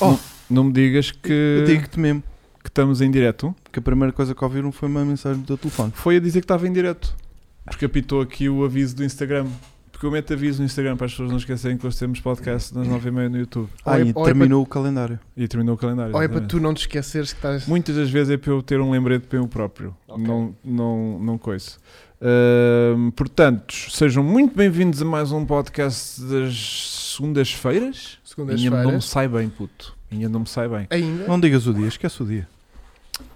Oh. Não, não me digas que, Eu digo-te mesmo que estamos em direto. que a primeira coisa que ouviram foi uma mensagem do teu telefone. Foi a dizer que estava em direto. Porque apitou aqui o aviso do Instagram. Porque eu meto aviso no Instagram para as pessoas não esquecerem que hoje temos podcast nas 9h30 no YouTube. Ou Ah, é- e ou é terminou o calendário. E terminou o calendário. Ou é para exatamente. tu não te esqueceres que estás. Muitas das vezes é para eu ter um lembrete para eu próprio. Ok. Não, não, não coiso. Ahm, portanto, sejam muito bem-vindos a mais um podcast das segundas-feiras. Ainda não me Segundas-feiras. sai bem, puto. Ainda não me sai bem. Ainda. Não digas o dia, esquece o dia.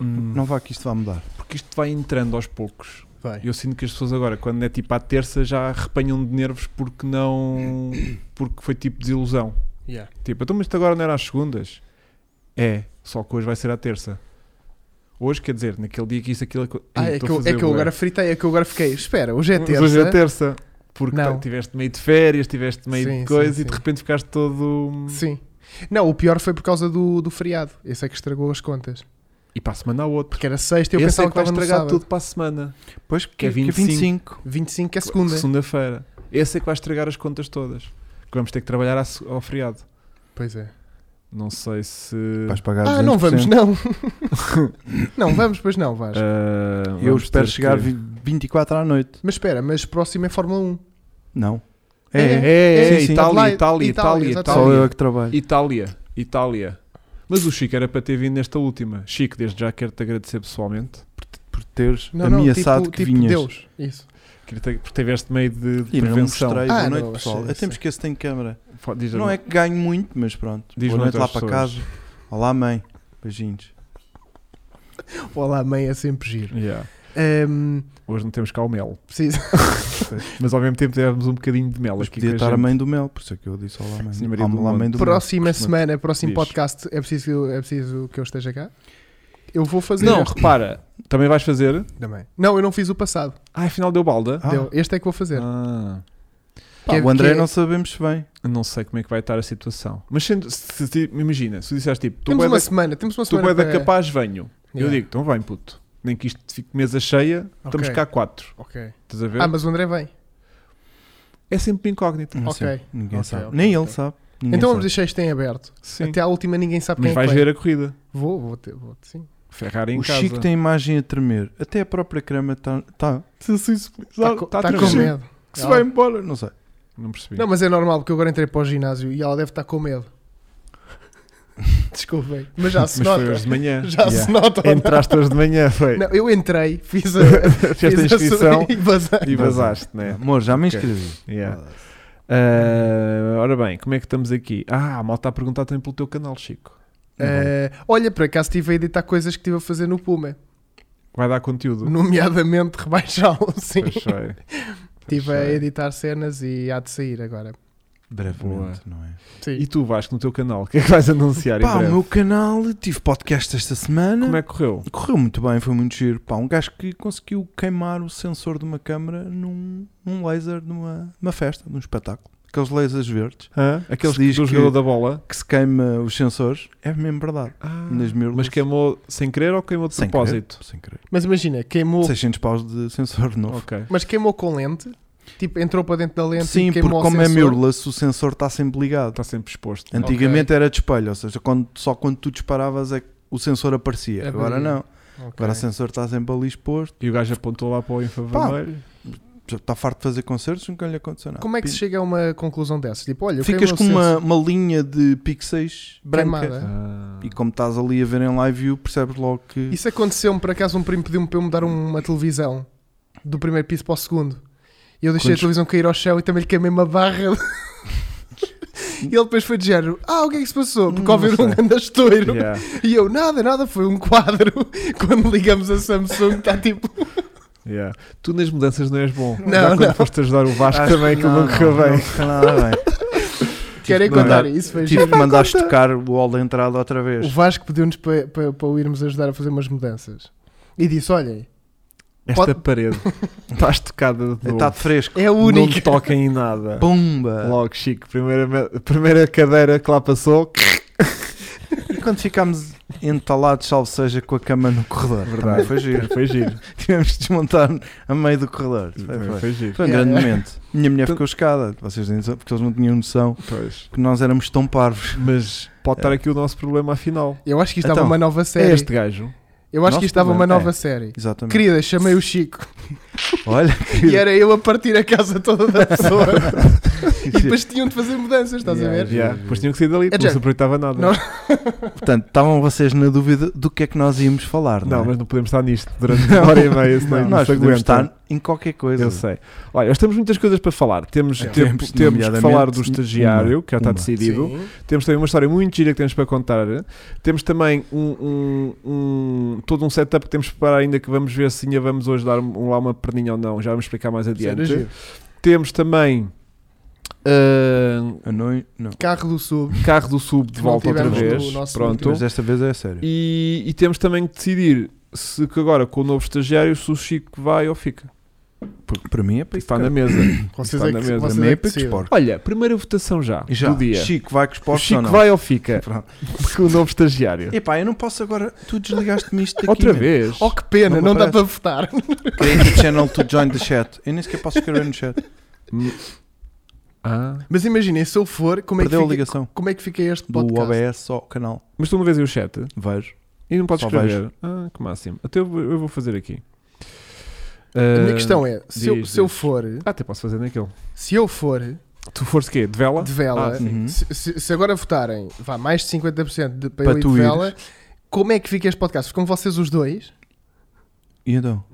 Hum, Não vá que isto vá mudar. Porque isto vai entrando aos poucos. Vai. Eu sinto que as pessoas agora, quando é tipo à terça, já repanham de nervos porque não. porque foi tipo desilusão. Yeah. Tipo, então, mas isto agora não era às segundas? É, só que hoje vai ser à terça. Hoje, quer dizer, naquele dia que isso, aquilo. Ih, Ah, é, estou que a eu, fazer é que eu bué. agora fritei, é que eu agora fiquei. Espera, hoje é Mas terça. Hoje é terça. Porque Não. tá- tiveste meio de férias, tiveste meio Sim, de coisa sim, e de sim. repente ficaste todo. Sim. Não, o pior foi por causa do, do feriado. Esse é que estragou as contas. E para a semana há outro. Porque era sexta e eu Esse pensava é que, que vai estava no estragar sábado. tudo para a semana. Pois que, Que é que é 25. 25 é segunda. Segunda-feira. Esse é que vai estragar as contas todas. Que vamos ter que trabalhar à se- ao feriado. Pois é. Não sei se. Vais pagar Ah, não 200%. vamos, não. não vamos, pois não, vais. Ah, Eu vamos espero ter chegar que- vi- 24 à noite. Mas espera, mas próximo é Fórmula 1. Não. É, é, É, é, Sim, sim. Itália, Itália, Adelaide, Itália, Itália, Itália. só Itália. eu é que trabalho. Itália, Itália. Mas o Chico era para ter vindo nesta última. Chico, desde já quero-te agradecer pessoalmente Por teres Não, não, ameaçado tipo, que tipo vinhas. Deus. Isso. Queria-te- porque tiveste meio de, de E não prevenção. mostrei. Ah, Boa não, noite, pessoal. achei- Até me esqueço que tenho câmera. Fo- diz Não agora. é que ganho muito, mas pronto. Diz Boa noite lá noite às para pessoas. casa. Olá, mãe. Beijinhos. Olá, mãe, é sempre giro. Yeah. Ahm, Hoje não temos cá o mel, preciso- mas ao mesmo tempo tivemos um bocadinho de mel Mas aqui. com podia estar a gente. mãe do Mel, por isso é que eu disse olá, mãe. Sim, Maria do olá, Monte. mãe do Mel. Próxima semana, próximo Diz. podcast, é preciso, que eu- é preciso que eu esteja cá? Eu vou fazer. Não, repara, também vais fazer. Também. Não, eu não fiz o passado. Ah, afinal deu balda. Ah. Deu. Este é que vou fazer. Ah, Pá, Que é- o André que é- não sabemos se vem. não sei como é que vai estar a situação. Mas sendo- se, se- imagina, se disseste tipo, tu Temos bué uma da, semana, temos uma tu semana. bué da para- capaz, venho. Eu Yeah. digo, então vem, puto. Nem que isto fique mesa cheia, estamos Ok. cá quatro. Ok. Estás a ver? Ah, mas o André vem. É sempre incógnito. Não Ok. sei. Ninguém Ok, sabe. ok, Nem ok. ele sabe. Ninguém então vamos sabe. deixar isto em aberto. Sim. Até à última ninguém sabe Mas quem é vais que vem. ver a corrida. Vou, vou ter, vou ter, sim. Ferrari em O casa. Chico tem a imagem a tremer. Até a própria crema está. Tá, Está está Tá co- está com medo. que Ah. se vai embora. Não sei. tá Não percebi. Não, mas é normal, porque eu agora entrei para o ginásio e ela deve estar com medo. Desculpem. Mas já mas se foi nota. hoje de manhã. Já se nota. ou não? Entraste hoje de manhã, foi. Não, eu entrei, fiz a, Fizeste a fiz a inscrição e vazei. e vazaste, né? Amor, já me Ok. inscrevi. Yeah. Ah, ora bem, como é que estamos aqui? Ah, a malta está a perguntar também pelo teu canal, Chico. Eh, olha, por acaso estive a editar coisas que estive a fazer no Puma, Vai dar conteúdo. nomeadamente rebaixá-lo, sim. Tipo, Pois é sei. Pois Estive a sei. editar cenas e há de sair agora. Brevemente, não é? Sim. E tu, Vasco, no teu canal, o que é que vais anunciar em Pá, o breve? meu canal, tive podcast esta semana. Como é que correu? Correu muito bem, foi muito giro. Pá, um gajo que conseguiu queimar o sensor de uma câmara num, num laser numa, numa festa, num espetáculo. Aqueles lasers verdes Hã? Aqueles Se diz do que- jogador da bola? que se queima os sensores. É mesmo verdade. Ah, Nas mirrors. mas queimou sem querer ou queimou de Sem propósito? querer, sem querer. Mas imagina, queimou, 600 paus de sensor novo. Ok. mas queimou com lente, tipo, entrou para dentro da lente Sim, e porque queimou o como é sensor. mirrorless, o sensor está sempre ligado. Está sempre É. exposto. Ant- Antigamente era de espelho, ou seja, quando- só quando tu disparavas é que o sensor aparecia. Abria. Agora não. É Ok. Agora o sensor está sempre ali exposto. E o gajo apontou lá para o infravermelho. Já está farto de fazer concertos, nunca lhe aconteceu nada. Como é que se Pin- chega a uma conclusão dessas? Tipo, olha, eu Ficas queimei o com uma, sensor. uma linha de pixels branca. Queimada. Ah. E como estás ali a ver em live view, percebes logo que. Isso aconteceu-me, por acaso, um primo pediu-me para eu mudar uma televisão do primeiro piso para o segundo. E eu deixei Quantos- a televisão cair ao chão e também lhe queimei uma barra. e ele depois foi de género: Ah, o que é que se passou? Porque Hum, Não ouviram sei. um grande estouro. Ah, Yeah. E eu: Nada, nada, foi um quadro. Quando ligamos a Samsung, está tipo. Yeah. Tu nas mudanças não és bom. Não, Já quando não. foste ajudar o Vasco Acho também, que que não correu não, bem. não correu nada bem. Querem que mandar- contar isso? Foi Tive giro. que mandar tocar o hall da entrada outra vez. O Vasco pediu-nos para, para, para o irmos ajudar a fazer umas mudanças. E disse: Olhem, Esta Pode- parede está estocada de novo. Está de fresco. é a não única. toca em nada. Pumba! Logo, Chico, primeira, me- primeira cadeira que lá passou. E quando ficámos entalado, salvo seja, com a cama no corredor. Também Foi giro. Foi giro. Tivemos de desmontar a meio do corredor. Foi, Também foi. Foi giro. Foi um grande Yeah. momento. Minha mulher ficou chocada, vocês têm noção, porque eles não tinham noção Pois. que nós éramos tão parvos. Mas pode É. estar aqui o nosso problema afinal. Eu acho que isto Então, dava uma nova É série. este gajo. Eu acho Nosso que isto dava uma problema, nova é. série. Exatamente. Querida, chamei o Chico Olha, e era eu a partir a casa toda da pessoa. e depois tinham de fazer mudanças, estás a Yeah, ver? yeah. Já, Depois tinham que sair dali, É não se Jack. aproveitava nada. Não. portanto, estavam vocês na dúvida do que é que nós íamos falar, não, Não, é? mas não podemos estar nisto durante uma hora e meia, senão Não, não, nós se podemos aguenta. estar em qualquer coisa. Eu sei. Olha, nós temos muitas coisas para falar. Temos, É. tempo- Temos, temos, que falar nomeadamente, do estagiário, que já está uma. decidido. Sim. Temos também uma história muito gira que temos para contar. Temos também um, um- um- todo um setup que temos que preparar ainda que vamos ver se ainda vamos hoje dar um- lá uma perninha ou não. Já vamos explicar mais é Isso era adiante. giro. Temos também ah, A noi- não. Carro do Sub. carro do sub de Que não volta outra tivemos vez. no nosso Pronto. Mas desta vez é sério. E, e temos também que decidir se que agora com o novo estagiário se o Chico vai ou fica. Tipo, Porque para mim é para Está ficar. na mesa. Vocês Está é na que mesa. Para vocês mim é é para que que decidem. esporte. Olha, primeira votação já, Já. do dia. Chico vai com os o postos ou Chico não? vai ou fica Pronto. com o novo estagiário? Epá, eu não posso agora. Tu desligaste-me isto daqui. Outra meu. vez. Oh, que pena, Não não, me dá para votar. Create channel to join the chat. Eu nem sequer posso escrever no é chat. Ah. Mas imaginem, se eu for, como é, que Perdeu a fica, ligação como é que fica este do podcast? OBS só ao canal. Mas tu não vês aí o chat Vejo. e não podes Só escrever. Ah, que máximo. Até eu, vou- eu vou fazer aqui. A minha questão é, se, eu, diz, se eu diz. for, Ah, até posso fazer naquele. se eu for Tu fores quê? De vela? de vela, Ah, sim. se, se- se agora votarem, vá, mais de 50% de, para, Para eu ir tu de ires. vela, como é que fica este podcast? Ficam vocês os dois? E então?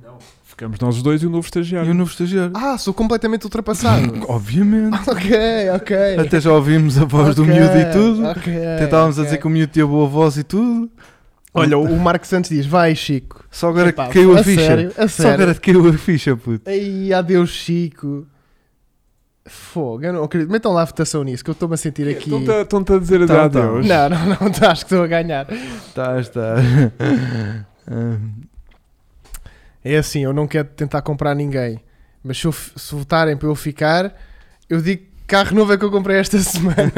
Ficamos nós os dois e o novo E estagiário. o novo estagiário? Ah, sou completamente ultrapassado. Obviamente. ok, Ah, ok. Até já ouvimos a voz do Ok, miúdo e tudo. ok, Até estávamos a ok. dizer que o miúdo tinha boa voz e tudo. Olha, o o Marco Santos diz: Vai, Chico. Só agora Epá, que caiu a, a ficha. sério, a Só agora sério. que caiu a ficha, puto. Ai, adeus, Chico. Fogo, eu não acredito. Metam lá a votação nisso, que eu estou-me a sentir aqui. Então Estão-te a- Estão-te a dizer Tá, tá. adeus. Não, não, não, tá, acho que estou a ganhar. Está, está. Hum, É assim, eu não quero tentar comprar ninguém, mas se, eu f- se votarem para eu ficar, eu digo que carro novo é que eu comprei esta semana.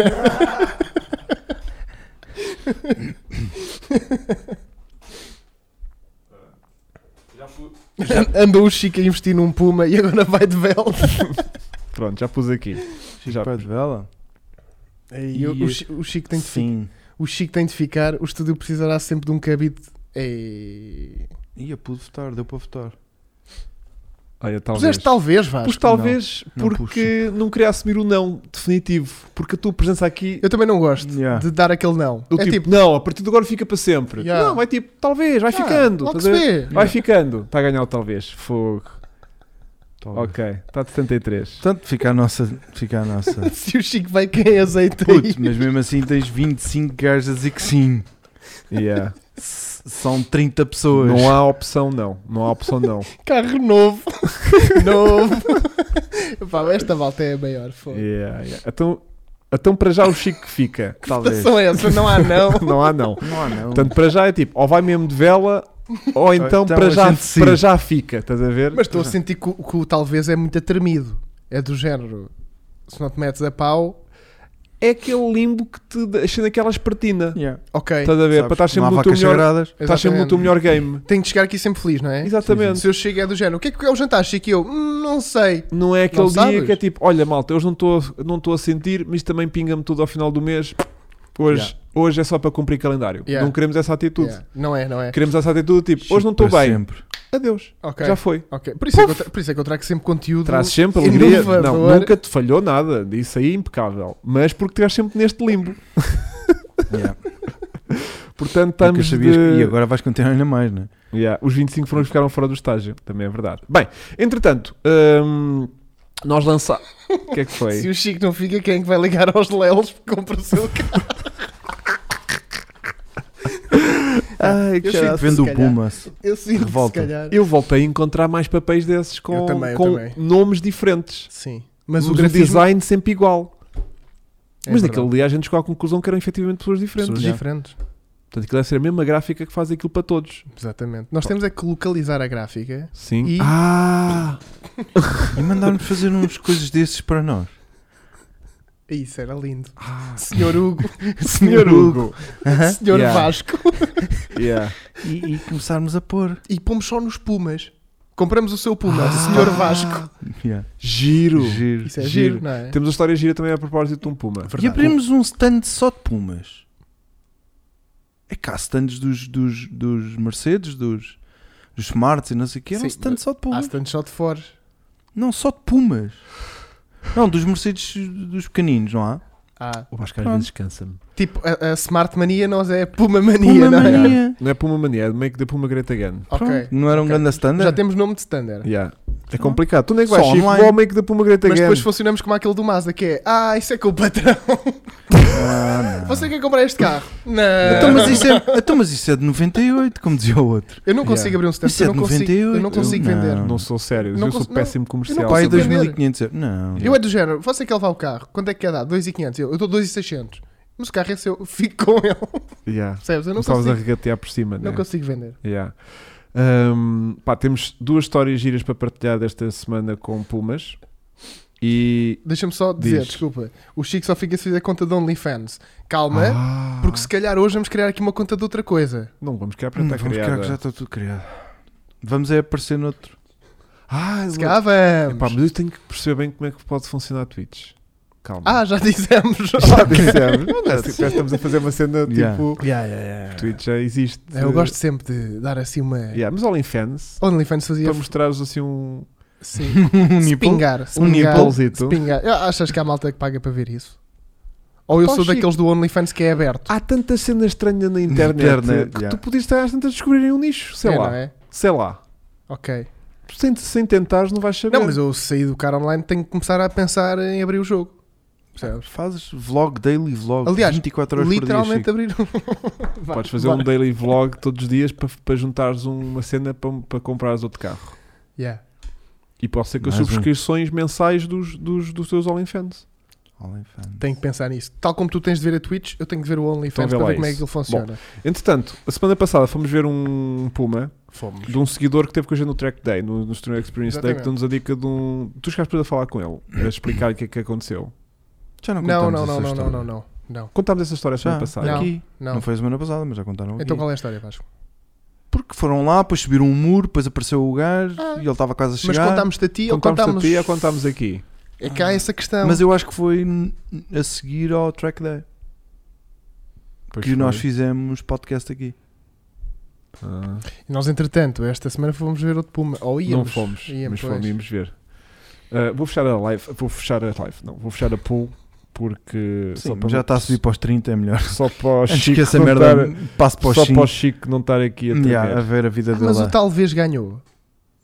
Andou o Chico a investir num Puma e agora vai de vela. Pronto, já pus aqui. Chico Já- Pé de Vela? E eu- o, Chi- o Chico tem de fi- Sim. o Chico tem de ficar, o estúdio precisará sempre de um cabide. Ei. Ia, pude votar, deu para votar. Olha, talvez. Puseste talvez, Vasco. Pus talvez Não pus, porque não, queria assumir o não definitivo. Porque a tua presença aqui. é Eu também não gosto Yeah. de dar aquele não. do é tipo, tipo, não, a partir de agora fica para sempre. Yeah. Não, é tipo, talvez, vai ah, ficando. logo estás a se ver? vê. Vai ficando. Está a ganhar o talvez. Fogo. Talvez. Ok. Está de 73. Portanto, fica a nossa. Fica a nossa. Se o Chico vai quem azeite aí. Putz, mas mesmo assim tens 25 gajos a dizer que sim. Yeah. S- São 30 pessoas. não há opção não. Não há opção não. Carro novo. novo. Pá, esta malta é a maior. Foda. Yeah, yeah. Então, então para já o Chico que fica. Talvez. São essa, não há não. Não há não. Não há, não. Portanto, para já é tipo, ou vai mesmo de vela, ou então, então para, a já, gente decide. para já fica. Estás a ver? Mas estou a sentir que, o- que o talvez é muito atremido. É do género. Se não te metes a pau, é aquele limbo que te deixa naquelas pertina. Yeah. ok. Estás a ver? Sabes, para estar não há sempre no teu vacas melhor. sagradas. Estás Tá- sempre no teu Exatamente. melhor game. Tenho de chegar aqui sempre feliz, não é? Exatamente. Se eu chego é do género. O que é que é o jantar, Chico? E eu, "Hum, não sei. Não é aquele Não dia sabes? que é tipo, olha malta, hoje não estou não estou a sentir, mas também pinga-me tudo ao final do mês. Hoje, Yeah. hoje é só para cumprir calendário. Yeah. Não queremos essa atitude. Yeah, Não é, não é? Queremos essa atitude tipo, Chico hoje não estou para bem. Sempre. Adeus. Ok. Já foi. ok. Por, isso é que eu tra- por isso é que eu trago sempre conteúdo. Traz sempre E alegria. não Não, favor. nunca te falhou nada. Isso aí é impecável. Mas porque estás sempre neste limbo. Yeah. É Portanto, Nunca estamos sabias de... que... E agora vais continuar ainda mais, né? Yeah, os 25 foram os que ficaram fora do estágio. Também é verdade. Bem, entretanto, hum, nós lançámos... O que é que Se foi? o Chico não fica, quem é que vai ligar aos Lelos porque compra o seu carro? Ai, caraca. Eu Chico, Vendo se o calhar. Pumas. Eu sinto, que se Revolta. calhar. Eu voltei a encontrar mais papéis desses com, Eu também, eu com também. nomes diferentes. Sim. Mas, Mas o o, grafismo design sempre igual. É mas verdade. naquele dia a gente chegou à conclusão que eram efetivamente pessoas diferentes. Pessoas Já. diferentes. Portanto, aquilo deve ser a mesma gráfica que faz aquilo para todos. Exatamente. Nós temos é que localizar a gráfica. Sim. E- Ah! E mandaram-nos fazer umas coisas desses para nós. Isso era lindo. Ah, Senhor Hugo, Senhor Hugo, Senhor Yeah. Vasco. Yeah. E, e começarmos a pôr. E pomos só nos Pumas. Compramos o seu Puma, Ah. Senhor Vasco. Yeah. Giro. Giro. Isso é Giro. giro, não é? Temos a história gira também a propósito de um puma. E abrimos um stand só de pumas. É cá, stands dos, dos, dos Mercedes, dos, dos Smarts e não sei o quê. Era um Sim, stand mas só de Há pumas. stand shot fora. Não, só de pumas. Não, dos Mercedes dos pequeninos, não há? Ah, O Vasco às Pronto. vezes cansa-me. tipo, a, a Smart Mania nós é a Puma Mania, Puma não é? mania. Não é Puma Mania, é Make the Puma Great Again. Ok. Pronto, Não era um ok. grande stand? Já era? temos nome de standard. Yeah. É complicado. Tu nem Só vais, Chico, online. vou ao Make the Puma Great Mas Again. depois funcionamos como aquele do Mazda, que é Ah, isso é com o patrão. Ah, não. Você quer comprar este carro? Não. Então, mas isso é, então, mas isso é de 98, como dizia o outro. Eu não consigo Yeah. abrir um stand, Isso é eu não de consigo, 98. eu não consigo Eu- vender. não. um, Não sou sério, Não eu sou cons- não, péssimo eu comercial. não Pai, consigo vender. 2500 euros. Não. É, Eu é do género, você quer levar o carro, quanto é que quer dar? 2,500. Eu, eu dou 2,600. Mas o carro é seu, fico com ele. Yeah. Percebes? Eu não Começavas consigo, a regatear por cima, não né? consigo vender. Yeah. Ahm, pá, temos duas histórias giras para partilhar desta semana com Pumas. E. Deixa-me só dizer, Diz. desculpa. O Chico só fica a fazer conta de OnlyFans. Calma, é? Ah, porque se calhar hoje vamos criar aqui uma conta de outra coisa. Não vamos criar para Hum, estar Vamos ficar criada. que já está tudo criado. Vamos é aparecer noutro. Ah, Se eu- calhar vamos. Epá, mas eu tenho que perceber bem como é que pode funcionar a Twitch. Calma. Ah, já dissemos. já dissemos. Parece que estamos a fazer uma cena Yeah. tipo. Yeah, yeah, yeah. Twitch já existe. É, Eu gosto sempre de dar assim uma. Yeah, mas OnlyFans, OnlyFans fazia. para mostrares assim um. Sim. Um nipple. Spingar. Um Spingar. nipplezito. Spingar. Ah, Achas que há malta que paga para ver isso? Ou eu Pá, sou Chico. Ah, daqueles do OnlyFans que é aberto? Há tanta cena estranha na internet, Internet, que yeah. tu podias estar às tantas descobrirem um nicho, sei é, lá. não é? Sei lá. Ok. Sem, sem tentares, não vais saber. Não, mas eu saí do cara online tenho que começar a pensar em abrir o jogo. Percebes? Fazes vlog, daily vlog, Aliás, 24 horas Literalmente por dia. Chico. abrir um. Vá, Podes fazer vá. um daily vlog todos os dias para, para juntares uma cena para, para comprares outro carro. Yeah. E pode ser com as Mais um. subscrições mensais dos, dos, dos teus OnlyFans. OnlyFans. Tenho que pensar nisso. Tal como tu tens de ver a Twitch, eu tenho de ver o Então OnlyFans vê para lá ver como é que isso. ele funciona. Entretanto, a semana passada fomos ver um Puma Fomos. de um seguidor que teve com a gente no Track Day, no, no Stream Experience Day, Exatamente. que deu-nos a dica de um. Tu chegaste depois a falar com ele, a explicar o que é que aconteceu. Já não Não, contamos não, essa não, não, não, história. não, não. Não. Contámos essa história a semana Já, passada. Não. aqui. Não. Não. foi a semana passada, mas já contaram aqui. Então qual é a história, Vasco? Porque foram lá, depois subiram um muro, depois apareceu o gajo Ah. e ele estava quase a Mas chegar. contámos-te a ti ou Contámos a contámos. ti ou contámos aqui? É que há essa questão. Mas eu acho que foi n- a seguir ao track day Pois que nós foi. fizemos podcast aqui. Ah, E Nós, entretanto, esta semana fomos ver outro Puma. Ou íamos. não fomos, Íamos, mas fomos, pois. íamos ver. Ah, vou fechar a live, vou fechar a live, não, vou fechar a pool porque Sim, já está a subir para os 30, é melhor. só para o Antes Chico que essa não merda estar- passe para Hum, os só para o 5. Chico não estar aqui a tremer. Yeah, a ver a vida Ah, dele. mas lá. o talvez ganhou.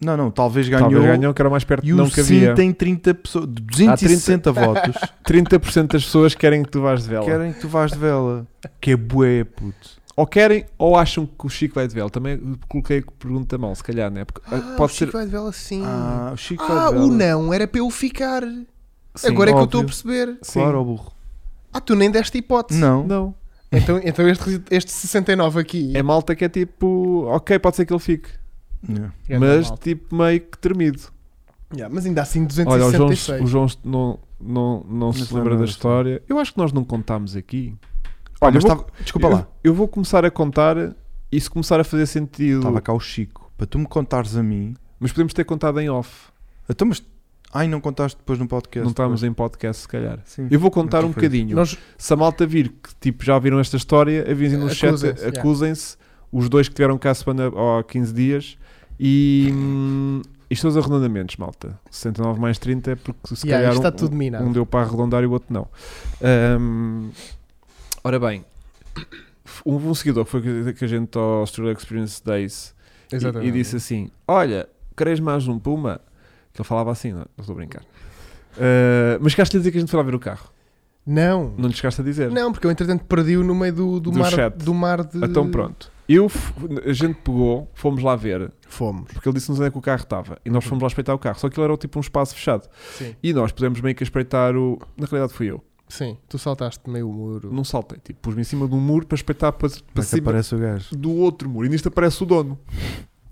Não, não, talvez ganhou. Talvez ganhou que era o mais perto E de o não que havia. sim tem 30 pessoas, 260 votos 30% das pessoas querem que tu vás de vela. querem que tu vás de vela. Que é bué, puto. Ou querem ou acham que o Chico vai de vela. Também coloquei a pergunta mal, se calhar, né? Porque ah, Ah, pode o ser. Chico vai de vela sim. Ah, o Chico Ah, vai de vela. o não era para eu ficar. Sim, Agora é que eu estou a óbvio. perceber. Sim. Claro, ó burro. Ah, tu nem deste hipótese. Não. Não. Então, então este, este 69 aqui. É malta que é tipo, ok, pode ser que ele fique. Não. É mas normal. tipo meio que tremido. Yeah, mas ainda assim Olha, o 266. João, o João não, não, não Mas se não, lembra não, da não. história. Eu acho que nós não contámos aqui. Olha, eu mas vou- estava. Desculpa eu, lá. eu vou começar a contar e se começar a fazer sentido. Estava cá o Chico. Para tu me contares a mim. Mas podemos ter contado em off. Então, mas. Ai, não contaste depois no podcast. não estávamos em podcast, se calhar. Sim. Eu vou contar Então um foi. bocadinho. Nós- Se a malta vir que tipo, já viram esta história, avisem no chat, Acusem-se, yeah. acusem-se. Os dois que tiveram cá a semana há 15 dias. E. Hum, isto são os arredondamentos, malta. 69 mais 30 é porque se Yeah, calhar. isto está um- tudo minado. Um deu para arredondar e o outro não. Ahm, ora bem, houve um seguidor que foi que- que a gente ao Australia Experience Days e- e, Exatamente. disse assim: Olha, queres mais um Puma? Que ele falava assim, não, não estou a brincar. Ah, mas chegaste a dizer que a gente foi lá ver o carro. Não. Não lhe chegaste a dizer. Não, porque eu entretanto perdi-o no meio do, do, Do mar, chat. do mar de. Hum. Então pronto. Eu, f- a gente pegou, fomos lá ver, Fomos. porque ele disse-nos onde é que o carro estava. E nós Hum. fomos lá espreitar o carro. Só que ele era tipo um espaço fechado. Sim. E nós pudemos meio que espreitar o. Na realidade fui eu. Sim. Tu saltaste meio o muro. Não saltei. Tipo, pus-me em cima de um muro para espreitar para, para Hum. Como é que cima aparece o gajo. do outro muro. E nisto aparece o dono.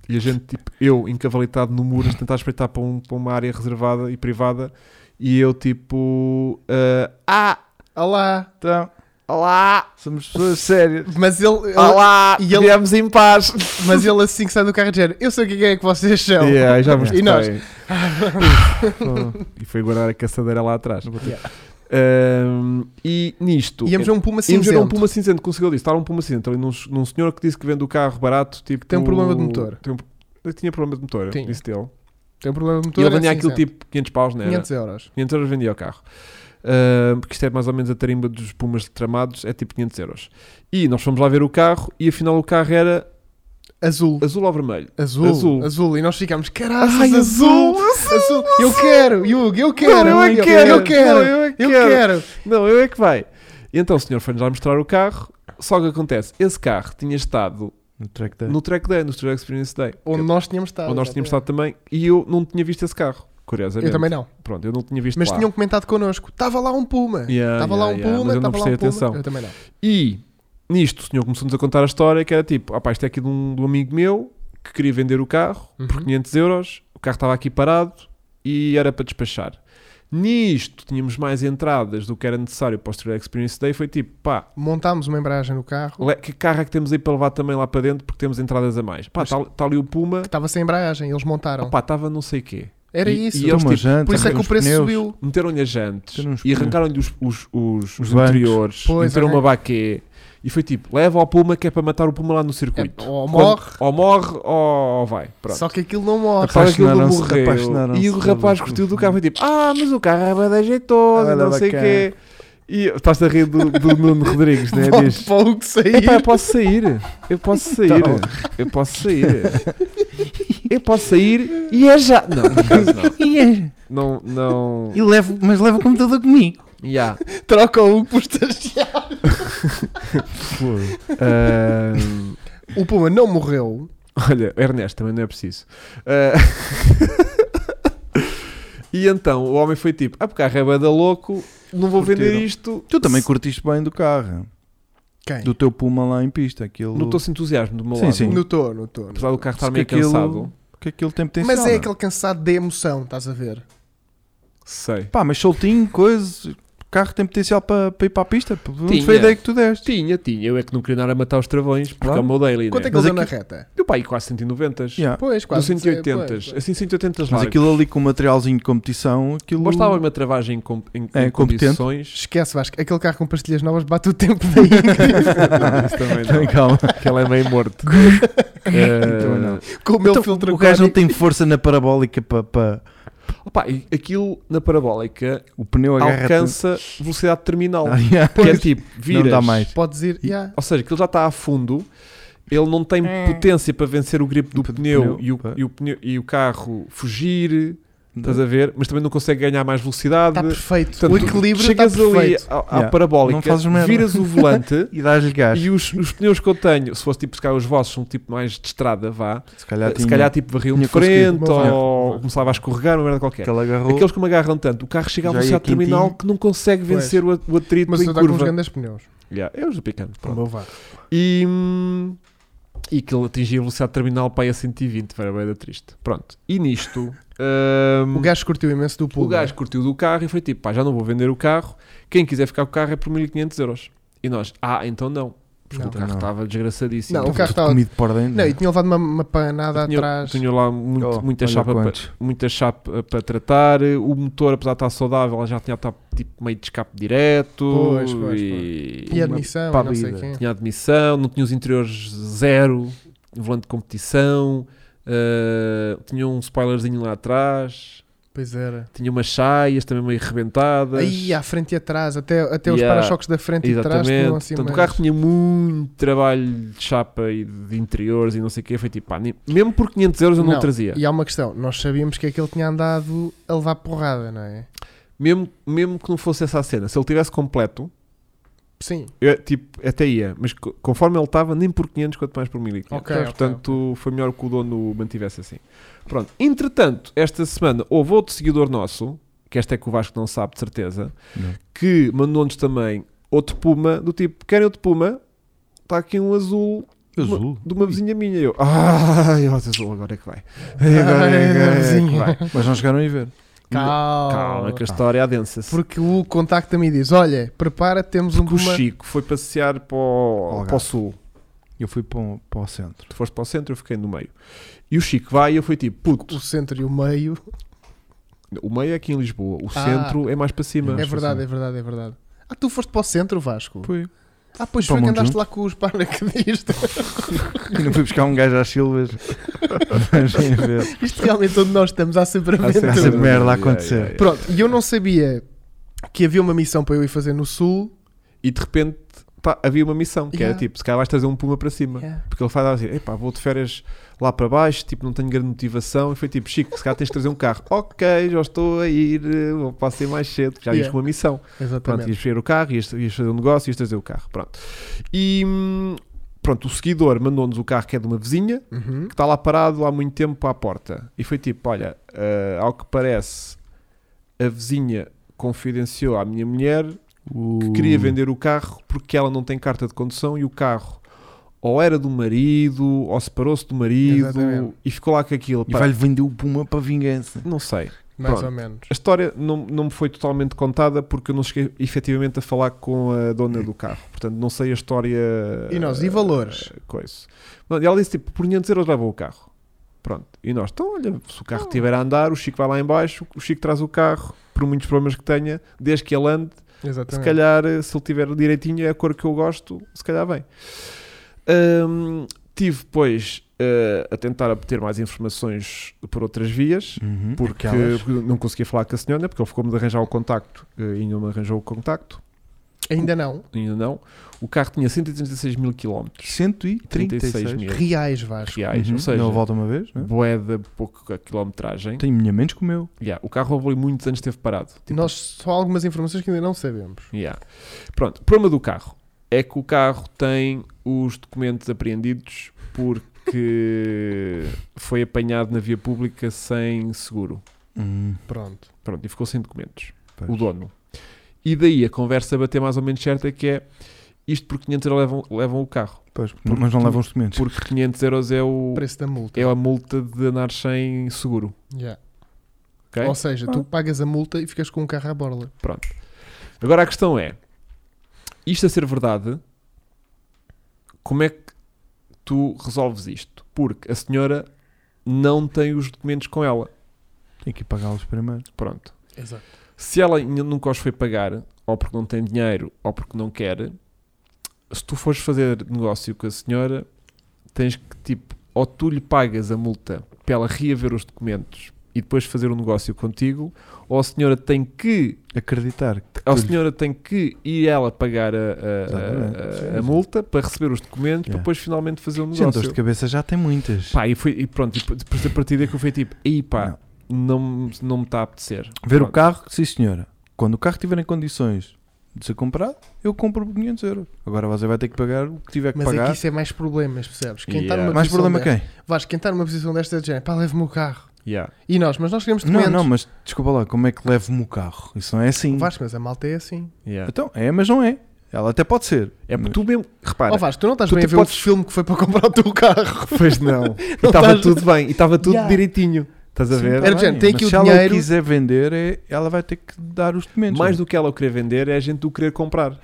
E a gente, tipo, eu encavalitado no muro, a tentar espreitar para, um- para uma área reservada e privada. E eu tipo. ah, ah! Olá. Então, Olá! somos pessoas sérias. Mas ele, ele- Olá! e ele- Viemos em paz! mas ele assim que sai do carro de género, eu sei quem é que vocês são. Yeah, já mostrei. E nós? Foda-se. E foi guardar a caçadeira lá atrás. Yeah. Ahm, e nisto. Íamos a um puma Íamos ver cinzento. um Puma cinzento, conseguiu disso. Estava um Puma cinzento ali num, num senhor que disse que vende o carro barato. Tipo, Tem um problema de motor. tem um- ele tinha problema de motor, Tinha. disse dele. Tem um problema E de motor. ele vendia é aquilo cinzento. tipo 500 paus, né? 500 euros. 500 euros vendia o carro. Ah, porque isto é mais ou menos a tarimba dos Pumas tramados, é tipo 500 euros. E nós fomos lá ver o carro e afinal o carro era Azul. azul ou vermelho. Azul. Azul. Azul. E nós ficámos, caralho, Ai, azul. azul, Azul. Eu quero, Hugo, eu quero. Não, eu é que quero! Eu quero. Não, eu é que Eu quero. quero. Não, eu é que vai. E então o senhor foi-nos lá mostrar o carro. Só que acontece, esse carro tinha estado No track É. day. no Track Day, no Track Experience Day. Onde nós tínhamos estado. onde nós tínhamos estado também, e eu não tinha visto esse carro, curiosamente. é. Eu também não. Pronto, eu não tinha visto Mas lá. tinham comentado connosco. Estava lá um puma. Estava Yeah, yeah, lá um yeah, puma. mas eu não Estava lá um prestei puma. atenção. Eu também não. E nisto o senhor começou-nos a contar a história, que era tipo, ah pá, isto é aqui de um, de um amigo meu, que queria vender o carro, por Uhum. 500 euros, o carro estava aqui parado, e era para despachar. Nisto tínhamos mais entradas do que era necessário para o Track Experience Day, foi tipo, pá, Montámos uma embreagem no carro. le- que carro é que temos aí para levar também lá para dentro, porque temos entradas a mais. Pá, Mas- está tá ali o Puma, Que estava sem embreagem. Eles montaram. ah pá, estava não sei o quê. Era e- isso. e eles, Toma tipo, janta, Por isso é que o arranca preço os pneus. subiu. meteram-lhe as jantes Meteram uns e arrancaram-lhe os, os, os, os bancos. interiores, Pois, meteram arran- uma baquê e foi tipo: leva ao Puma que é para matar o Puma lá no circuito. É, ou Quando- morre. ou morre ou, ou vai. Pronto. Só que aquilo não morre. Só Oh, que aquilo não Apaixonaram-se- morreu. apaixonaram-se E o rapaz todos. curtiu do carro foi tipo: ah, mas o carro é bada jeitoso, Ah, não bacana. sei o quê. E estás a rir do, do Nuno Rodrigues, né? Diz: Pode pouco sair. Epá, eu posso sair. Eu posso sair. Então. Eu posso sair. Eu posso sair e é já. Não, por acaso E, é- não. Não, não. e levo, mas leva o computador comigo. Yeah. Troca o por estagiário. Ahm, O Puma não morreu. olha, Ernesto, também não é preciso. Ah, e então o homem foi tipo: Ah, porque a reba da louco, não vou vender Curtiram. isto. Tu também curtiste bem do carro, Quem? do teu Puma lá em pista. Aquilo, Não estou sem Tipo, entusiasmo do meu Sim, lado. sim. No tô, no tô. no Apesar do carro estar Porque meio aquilo- cansado. que aquilo tem tô. potencial. Mas é não aquele cansado de emoção, estás a ver? Sei. Pá, mas soltinho, coisa. O carro tem potencial para ir para a pista. pô, Não Tinha. foi a ideia que tu deste. Tinha, tinha. Eu é que não queria nada a matar os travões, porque Claro. é o meu daily. Quanto né? é que Mas ele deu na aquilo- reta? Eu pá, aí quase 190. Yeah. Pois, Quase quase. 180. pois. Assim, 180 Mas largos. aquilo ali com o materialzinho de competição, aquilo. Mas estava uma travagem em, com- em, É, em competente. condições. Esquece, Vasco. Aquele carro com pastilhas novas bate o tempo da Ingrid. Isso também não. Tem calma. Que ela é meio morto. Eh, Então não. com o meu Então, filtro o gajo não tem aquático. força na parabólica para. para- Opa, e aquilo na parabólica O pneu agarra. alcança velocidade terminal. Ah, yeah. que é tipo, viras. Não dá mais. Podes ir. E- yeah. Ou seja, aquilo já está a fundo. Ele não tem potência para vencer o grip do Do pneu, pneu, e, o, pá. e o pneu- e o carro fugir, estás a ver? Mas também não consegue ganhar mais velocidade. Está tá perfeito. Portanto, o equilíbrio está chegas ali perfeito. à, à tá Yeah. parabólica, Não fazes merda. viras o volante E dás-lhe gás. e os, os pneus que eu tenho, se fosse tipo, se calhar os vossos são tipo mais de estrada, vá, Se calhar se tinha. calhar tipo varriam de tinha conseguido. frente Tinha. ou começava a escorregar, uma merda qualquer. que ele agarrou. Aqueles que me agarram tanto, o carro chega a Já ia velocidade quentinho. terminal que não consegue Pois. vencer o, at- o atrito Mas em eu está com uns curva. grandes pneus. Yeah, é os do Picante, O pronto. meu vá. E, hum, e que ele atingia a velocidade terminal para aí a 120, era bem da triste. Pronto, e nisto... hum, O gajo curtiu imenso do pulo. o gajo curtiu do carro e foi tipo, pá, já não vou vender o carro. Quem quiser ficar com o carro é por 1500 euros. E nós, ah, então não. Porque Não. o carro Não. estava desgraçadíssimo. Não, Tudo o carro estava- Comido por dentro. Não, e tinha levado uma, uma panada tinha, atrás. tinha lá muito- Oh, muita, olha chapa para, quantos. muita chapa eh, para tratar. O motor, apesar de estar saudável, já tinha estado tipo, meio de escape direto. Pois, pois, e E admissão, e não sei pabida. quem. tinha admissão, não tinha os interiores zero, volante de competição. ah, tinha um spoilerzinho lá atrás. Pois era. Tinha umas saias também meio arrebentadas. Aí à frente e atrás, até, até os Yeah. para-choques da frente e de trás Exatamente. tinham assim Portanto, o umas- carro tinha muito trabalho de chapa e de interiores e não sei o quê. Foi tipo, pá, nem- mesmo por 500 euros eu não, Não, trazia. E há uma questão, nós sabíamos que aquele tinha andado a levar porrada, não é? Mesmo, mesmo que não fosse essa a cena, se ele tivesse completo, Sim, eu, tipo, até ia. Mas co- conforme ele estava, nem por 500, quanto mais por 1500. Ok, ok, Portanto, foi melhor que o dono o mantivesse assim. Pronto. Entretanto, esta semana houve outro seguidor nosso, que esta é que o Vasco não sabe de certeza, Não. que mandou-nos também outro Puma, do tipo, querem outro Puma? Está aqui um azul Azul. de uma vizinha minha. Eu, ai, ó, azul, agora é que vai. Ai, Ai, Agora é, da agora é que vizinha. vai. Mas não chegaram a ir ver. Calma. Calma, que a história adensa-se. Ah, Porque o contacto me diz: olha, prepara, temos um Porque o uma- Chico foi passear para o, Algarve. para o sul. Eu fui para o, para o centro. Tu foste para o centro, eu fiquei no meio. E o Chico vai e eu fui tipo, puto, o centro e o meio. o meio é aqui em Lisboa, o Ah. centro é mais para cima. é verdade, é verdade, é verdade. Ah, tu foste para o centro, Vasco? Fui. Ah, pois Para foi que Monte andaste Junto. lá com os paraquedistas. E não fui buscar um gajo às silvas. Mas nem a ver. Isto realmente onde nós estamos há sempre Há sempre Há aventura. sempre merda a Yeah, acontecer. yeah, yeah. Pronto, e eu não sabia que havia uma missão para eu ir fazer no sul. E de repente pá, havia uma missão, que era Yeah. tipo, se calhar vais trazer um puma para cima. Porque ele faz assim, epá, vou de férias lá para baixo, tipo, não tenho grande motivação. E foi tipo, Chico, se calhar tens de trazer um carro. ok, já estou a ir, eh, vou passar mais cedo, já ias Yeah. com uma missão. Pronto, Exatamente. ias ver o carro, ias, ias fazer um negócio, ias trazer o carro. Pronto. E hum, pronto, o seguidor mandou-nos o carro que é de uma vizinha, Uhum. que está lá parado há muito tempo à porta. E foi tipo, olha, ah, ao que parece, a vizinha confidenciou à minha mulher Uh. que queria vender o carro porque ela não tem carta de condução e o carro ou era do marido, ou separou-se do marido Exatamente. e ficou lá com aquilo. E Pá, vai-lhe vender o Puma para vingança. Não sei. Mais Pronto. ou menos. A história não, não me foi totalmente contada porque eu não cheguei efetivamente a falar com a dona do carro. Portanto, não sei a história. E nós, e valores? eh, Coisa. Não, e Ela disse tipo: por 500 euros leva o carro. Pronto. E nós, então, olha, se o carro estiver a andar, o Chico vai lá em baixo, o Chico traz o carro, por muitos problemas que tenha, desde que ele ande, se Exatamente. calhar, eh, se ele tiver direitinho, é a cor que eu gosto, se calhar vem. Ahm, tive, pois, eh, a tentar obter mais informações por outras vias Uhum. porque, Aquelas. porque não conseguia falar com a senhora, porque ele ficou-me de arranjar o contacto eh, e ainda não me arranjou o contacto, Ainda não. ainda não. O carro tinha 136 mil quilómetros, 36 136 mil Reais, Vasco. reais, Uhum. ou seja, Não volta uma vez, não é? boeda, pouca quilometragem. Tenho minha menos que o meu. Yeah, o carro houve ali muitos anos esteve parado. Tipo, Nós só há algumas informações que ainda não sabemos. yeah. Pronto, o problema do carro é que o carro tem os documentos apreendidos porque foi apanhado na via pública sem seguro. Pronto. Pronto, e ficou sem documentos. Uhum. Pois. O dono. E daí a conversa bater mais ou menos certa que é isto por 500 euros levam, levam o carro. Pois, mas não tu- levam os documentos. Porque 500 euros é, o, Preço da multa. é a multa de andar sem seguro. Yeah. ok? Ou seja, tu pagas a multa e ficas com um carro à borla. Pronto. Agora a questão é: isto a ser verdade, como é que tu resolves isto? Porque a senhora não tem os documentos com ela. Tem que ir pagá-los primeiro. Pronto. Exato. Se ela ainda nunca os foi pagar, ou porque não tem dinheiro, ou porque não quer, se tu fores fazer negócio com a senhora, tens que, tipo, ou tu lhe pagas a multa para ela reaver os documentos e depois fazer um negócio contigo, ou a senhora tem que, Acreditar que ou a tu- senhora tem que ir ela pagar a, Exatamente. a- a- a Sim. multa para receber os documentos para Yeah. então, depois finalmente fazer um Gente, dores de negócio. cabeça já tem muitas. Pá, e, foi, e pronto, e depois a partir daí que eu fui tipo, aí pá, não, me- não me está a apetecer. Ver Pronto. o carro, sim senhora. Quando o carro estiver em condições de ser comprado, eu compro por 500 euros. Agora você vai ter que pagar o que tiver que Mas pagar. aqui isso é mais problemas, percebes? Quem está Yeah. numa Mais posição problema desta- quem? Vasco, quem está numa posição desta é de género, pá, leve-me o carro. Yeah. E nós, mas nós queremos Não, documentos. não, mas desculpa lá, como é que levo-me o carro? Isso não é assim. Vasco, mas a malta é assim. Yeah. Então, é, mas não é. Ela até pode ser. É porque tu mesmo. Repara, Ó Oh, Vasco, tu não estás tu bem te a ver podes- o filme que foi para comprar o teu carro. pois não. E estava estás- tudo bem, e estava tudo Yeah. direitinho. Estás a Sim, ver? tá Era do bem, género, tem mas aqui o se ela dinheiro- quiser vender, é- ela vai ter que dar os documentos. Mais não do que ela o querer vender é a gente o querer comprar.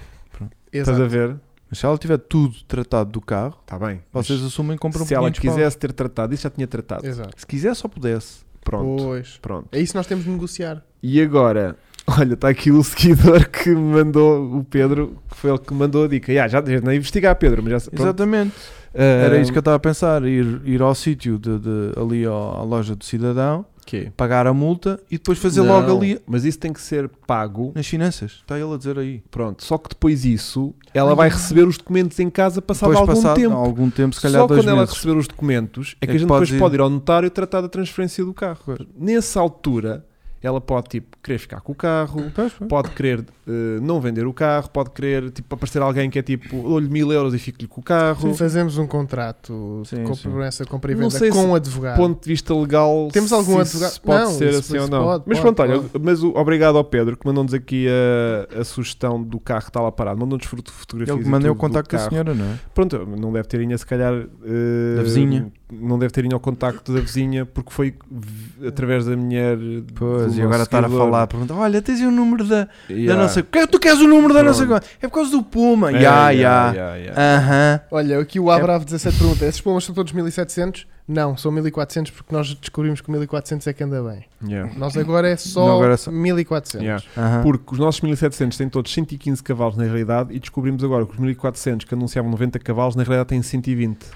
Estás a ver? é? Mas se ela tiver tudo tratado do carro, Está bem. vocês assumem e compram se por ela 500 pau. quisesse ter tratado, isso já tinha tratado. Exato. Se quiser, só pudesse. Pronto. Pois. Pronto. É isso que nós temos de negociar. E agora, olha, está aqui o seguidor que me mandou, o Pedro, que foi ele que me mandou a dica. Yeah, já já nem investigar, Pedro, mas já pronto. Exatamente. Ah, Era isso que eu estava a pensar: ir, ir ao sítio de, de- ali ao- à loja do cidadão, quê? pagar a multa e depois fazer Não, logo ali Mas isso tem que ser pago. nas finanças. Está ele a dizer aí. Pronto. Só que depois isso, ela Ai, vai ai. receber os documentos em casa passado depois algum passado tempo. algum tempo, se calhar Só dois quando ela meses. receber os documentos é que É a que gente podes depois ir. pode ir ao notário e tratar da transferência do carro. Claro. Nessa altura, ela pode tipo querer ficar com o carro, Pois, pois. pode querer eh, não vender o carro, pode querer tipo aparecer alguém que é tipo dou-lhe mil euros e fico-lhe com o carro. Fazemos um contrato Sim, de com sim. promessa de compra e Não venda sei com se- um advogado. Ponto de vista legal, Temos algum se isso advogado? pode Não, ser isso- assim isso ou não. pode, mas pode, pronto, olha, mas o- obrigado ao Pedro que mandou-nos aqui a, a sugestão do carro que está lá parado. Mandou-nos foto- fotografias. Ele e mandou o tudo do contacto da carro. senhora, não é? Pronto, não deve ter ainda se calhar eh, Da vizinha. não deve ter ido ao contacto da vizinha porque foi v- através da mulher. do Pois, e nosso agora estar a seguidor. falar, a perguntar: olha, tens aí o número da, da Yeah. não sei. Que- Tu queres o número da não sei Pronto. qual? É por causa do Puma. É, yeah, Ya, ya. yeah, yeah. Aham. Olha, aqui o Abravo17 pergunta: esses pombas são todos 1700? Não, são 1400 porque nós descobrimos que 1400 é que anda bem. Yeah. Nós agora é só Não, agora é só- 1400. Yeah. aham. Porque os nossos 1700 têm todos 115 cavalos na realidade e descobrimos agora que os 1400 que anunciavam 90 cavalos na realidade têm 120.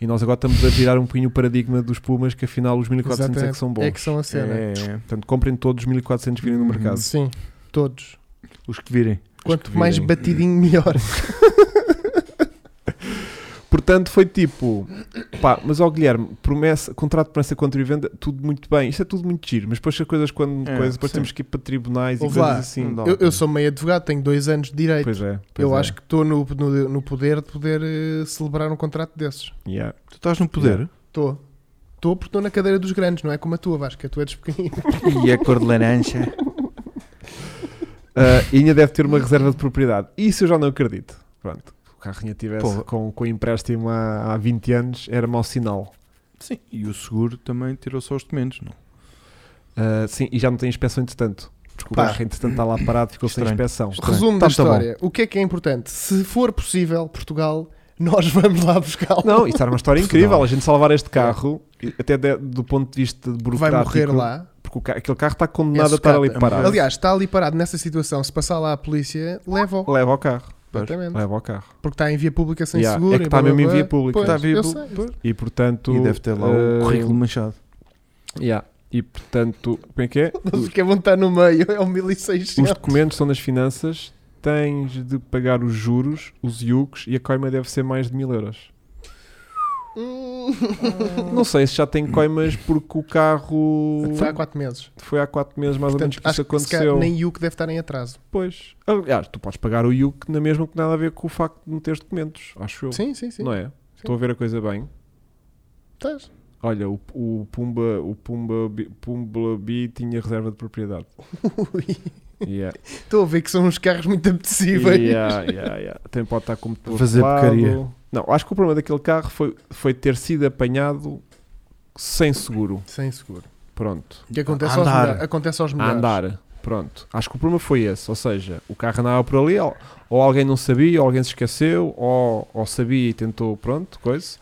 E nós agora estamos a virar um pouquinho o paradigma dos Pumas que afinal os 1400 é que são bons. É que são a cena. É, é, é. Portanto, comprem todos os 1400 que virem no Uhum. mercado. Sim, todos. Os que virem. Quanto que mais virem. batidinho, melhor. Portanto, foi tipo, pá, mas ó Guilherme, promessa, contrato de promessa contra e venda, tudo muito bem, isto é tudo muito giro, mas depois as coisas quando É, coisas, depois sim. temos que ir para tribunais Ouve e coisas lá, assim. não dá. Eu, eu sou meio advogado, tenho dois anos de direito. Pois é, pois eu é. acho que estou no, no, no poder de poder eh, celebrar um contrato desses. Yeah. Tu estás no poder? Estou. Estou porque estou na cadeira dos grandes, não é como a tua, Vasco. A tua é dos pequeninos. e a cor de laranja. Ah, e ainda deve ter uma reserva de propriedade. Isso eu já não acredito. Pronto, se o carrinha tivesse Pô. com, com empréstimo há, há 20 anos, era mau sinal. Sim. E o seguro também tirou só os documentos, não? Ah, sim, e já não tem inspeção entretanto. Porque Pá. o carro entretanto está lá parado, ficou sem Estranho. inspeção. Estranho. Resumo Tá da muito bom. história. O que é que é importante? Se for possível, Portugal, nós vamos lá buscá-lo. Não, isto era uma história incrível. Portugal. A gente salvar este carro, e até de- do ponto de vista Vai burocrático. morrer lá. Porque o ca- aquele carro está É condenado a estar sucata. tá ali parado. Aliás, está ali parado nessa situação. Se passar lá a polícia, leva-o. leva ao carro. Pois. Exatamente. Leva ao carro. Porque está em via pública sem Yeah, seguro. é que e está blá, blá, mesmo em blá. via pública. Pois, Está a vir eu bu- sei. pois. E portanto. E deve ter lá o eh, currículo manchado. yeah. E portanto, como é que é? Mas o que é bom estar no meio é o 1600. Os documentos são das finanças, tens de pagar os juros, os IUCs e a coima deve ser mais de mil euros. Hum. Não sei se já tem coimas porque o carro Foi há 4 meses. foi há 4 meses mais ou menos Portanto, que isso acho que se calhar aconteceu. nem o que deve estar em atraso. Pois. Aliás, tu podes pagar o IUC na mesma que nada a ver com o facto de não teres documentos, acho eu. Sim, sim, sim. Não é? Estou a ver a coisa bem. Estás. Olha, o, o Pumba, o Pumba, Bi- Pumba Bi tinha reserva de propriedade. Ui. Yeah. Estou a ver que são uns carros muito apetecíveis. yeah, yeah, yeah. Também pode estar como tu Fazer porcaria. Não, acho que o problema daquele carro foi, foi ter sido apanhado sem seguro. Sem seguro. Pronto. O que acontece, A aos, andar. melhores, acontece aos A melhores. andar. Pronto. Acho que o problema foi esse. Ou seja, o carro andava por ali, ou, ou alguém não sabia, ou alguém se esqueceu, ou, ou sabia e tentou, pronto, coisa.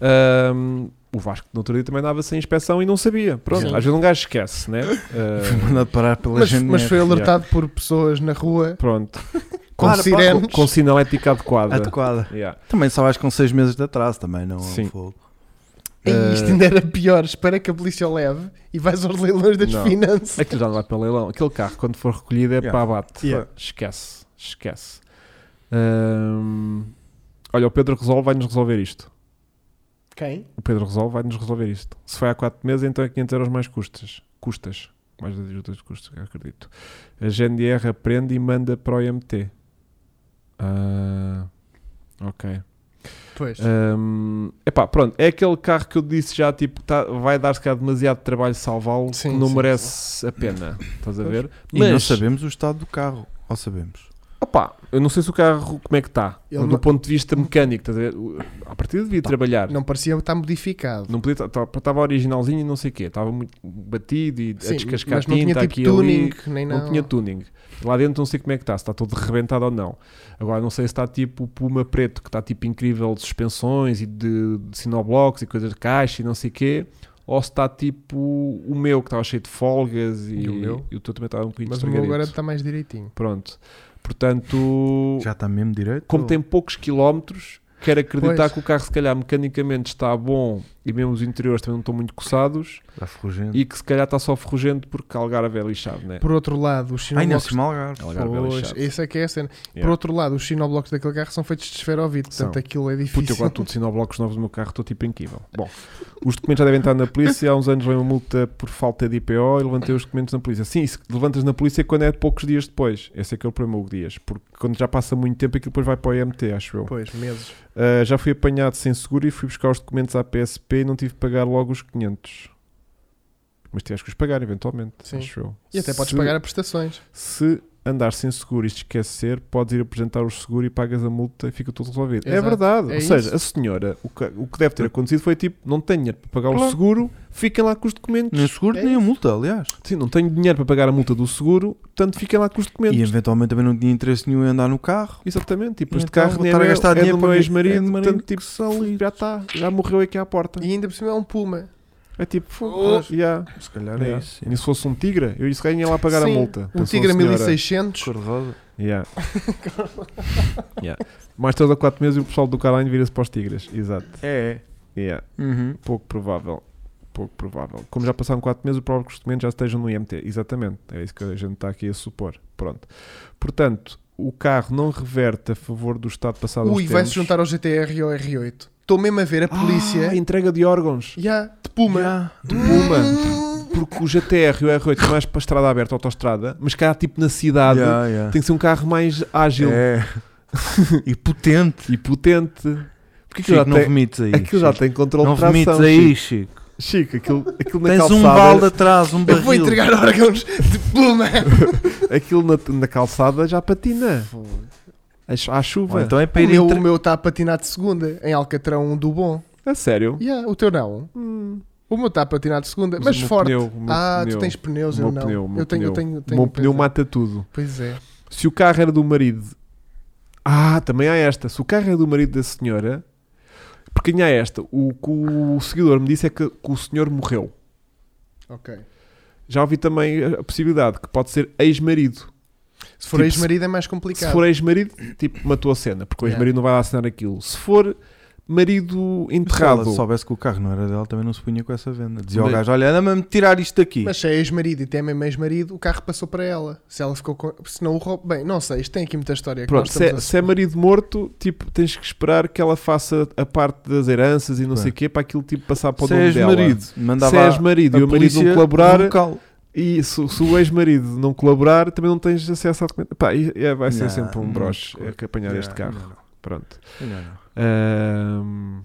Ahm, o Vasco no outro dia também andava sem inspeção e não sabia. Pronto, Sim. às vezes um gajo esquece, né? Fui Ah, mandado parar pela Mas, janela. mas foi alertado por pessoas na rua pronto. com Claro, pá. sirenes. Com sinalética adequada. Adequada. Yeah. Também só vais com 6 meses de atraso também, não? é um Sim. Fogo. Ei, isto Eh, ainda era pior. Espera que a polícia o leve e vais aos leilões das Não. finanças. Aquilo já não vai para leilão. Aquele carro, quando for recolhido, é Yeah. para abate. Yeah. Esquece. Esquece. Ahm, olha, o Pedro Resolve vai-nos resolver isto. Quem? O Pedro Resolve vai-nos resolver isto. Se foi há 4 meses, então é 500 euros mais custas. Custas. Mais das ajudas de custos, eu acredito. A GNR aprende e manda para o IMT. Ah, ok. Pois. Hum, epá, pronto, é aquele carro que eu disse já, tipo, tá- vai dar se calhar demasiado trabalho salvá-lo, que Sim, não sim, merece a pena, estás a Pois. ver? E não sabemos o estado do carro. Ou sabemos. opá, eu não sei se o carro como é que está, Ele do não- Tá. ponto de vista mecânico, estás a ver? O- A partir devia trabalhar, não, Não parecia estar modificado. podia, estava originalzinho e não sei o quê, estava muito batido e a Sim, descascar mas não tinha tinta tipo aqui e ali. tuning, nem Não. nada. tinha tuning. Lá dentro não sei como é que está, se está todo rebentado ou não. Agora não sei se está tipo o Puma preto, que está tipo incrível de suspensões e de, de sinoblocos e coisas de caixa e não sei quê, ou se está tipo o meu, que estava cheio de folgas e, E o meu? e o teu também estava um bocadinho Mas o meu agora é estragadito. está mais direitinho. Pronto. Portanto, Já está mesmo direito? como Ou- tem poucos quilómetros, quero acreditar Pois. que o carro se calhar mecanicamente está bom e mesmo os interiores também não estão muito coçados Está ferrugente. e que se calhar está só ferrugente porque Algarve é lixado, né? Por outro lado, os Ai, não sinoblocos... se malgar. Algarve é Pois, lixado. isso é que é a cena. Yeah. Por outro lado, os sinoblocos daquele carro são feitos de esferovite, portanto São. aquilo é Puta, difícil. eu agora tudo sinoblocos novos no meu carro, estou tipo incrível. Bom, os documentos já devem estar na polícia. Há uns anos levei uma multa por falta de IPO e levantei os documentos na polícia. Sim, isso que levantas na polícia quando é poucos dias depois. Esse é que é o problema, Hugo Dias. Porque quando já passa muito tempo, aquilo depois vai para o IMT, acho eu. Pois, meses. Ah, já fui apanhado sem seguro e fui buscar os documentos à PSP e não tive que pagar logo os 500. Mas tiveste que os pagar, eventualmente, Sim. acho eu. E até podes Se- pagar a prestações. Se andar sem seguro e te esquecer, podes ir apresentar o seguro e pagas a multa e fica tudo resolvido. Exato. É verdade. É Ou seja, isso. a senhora, o que, o que deve ter acontecido foi tipo: não tenho dinheiro para pagar Claro. o seguro, fiquem lá com os documentos. Nem o seguro, É nem a isso. multa, aliás. Sim, não tenho dinheiro para pagar a multa do seguro, portanto fiquem lá com os documentos. E eventualmente também não tinha interesse nenhum em andar no carro. Exatamente, tipo, E este então carro vou nem é, estar a meu, gastar é dinheiro do meu para- ex-marido, é do marido portanto, tipo, que salido. já está, já morreu aqui à porta. E ainda por cima é um puma. É tipo, fogo, Oh. já. Se calhar Yeah. é isso. E se fosse um tigre, eu disse que ia lá pagar Sim, a multa. Um Pensou a Tigre senhora. 1600. Cor-de-rosa. Yeah. Yeah. Mais 3 ou 4 meses e o pessoal do Caralho vira-se para os tigres. Exato. É. Yeah. Uhum. Pouco provável. Pouco provável. Como já passaram 4 meses, o próprio documento já estejam no IMT. Exatamente. É isso que a gente está aqui a supor. Pronto. Portanto, o carro não reverte a favor do Estado passado aos Ui, tempos. vai-se juntar ao GTR e ao R8. Estou mesmo a ver a polícia. Ah, entrega de órgãos. Ya, de puma. Yeah. De Puma. Porque o GTR e o R8 são mais para a estrada aberta, autostrada, mas cá, tipo na cidade, Yeah, yeah. tem que ser um carro mais ágil É. e potente. e potente. Porque aquilo Chico, já não tem, vomites aí. aquilo É já Chico. tem controle Não de tração. vomites aí, Chico. Chico. é Chico, aquilo, aquilo na Tens um calçada, balde atrás, um Eu vou barril. entregar órgãos de pluma. aquilo na, na calçada já patina. À, chu- à Ou chuva. então é para O ir meu- entre... o meu está a patinar de segunda, em Alcatrão um do bom. A É sério? Ya, o teu não. Hum. O meu está a patinar de o segunda, mas, meu forte. pneu, o meu ah, pneu, tu tens pneus, o meu eu não. pneu, o meu eu tenho, eu pneu. tenho, O tenho meu pneu pois é. mata tudo. Pois é. Se o carro era do marido. Ah, também há esta. Se o carro era do marido da senhora. Porque ainda há esta. O que o seguidor me disse é que, que o senhor morreu. Ok. Já ouvi também a a possibilidade que pode ser ex-marido. Se for Tipo, ex-marido é mais Se complicado. for ex-marido, tipo, matou a cena, porque o Yeah. ex-marido não vai lá assinar aquilo. Se for marido Se ela enterrado, soubesse que o carro não era dela, também não se punha com essa venda. Dizia ao Mas- gajo: Olha, anda-me a tirar isto daqui. Mas se é ex-marido e tem mesmo ex-marido, o carro passou para ela. Se ela ficou com. Se não o roubo. Bem, não sei, isto tem aqui muita história. que pronto, nós se é, estamos a- se é marido morto, tipo, tens que esperar que ela faça a parte das heranças e não Claro. sei o quê para aquilo tipo, passar para o É. Se é nome és dela. marido, mandava se és marido e o marido não colaborar, e se, se o ex-marido não colaborar, também não tens acesso ao documento. Pá, e- e vai ser Não, sempre um não, broche claro. é que apanhar este carro. Pronto. Não. Ahm,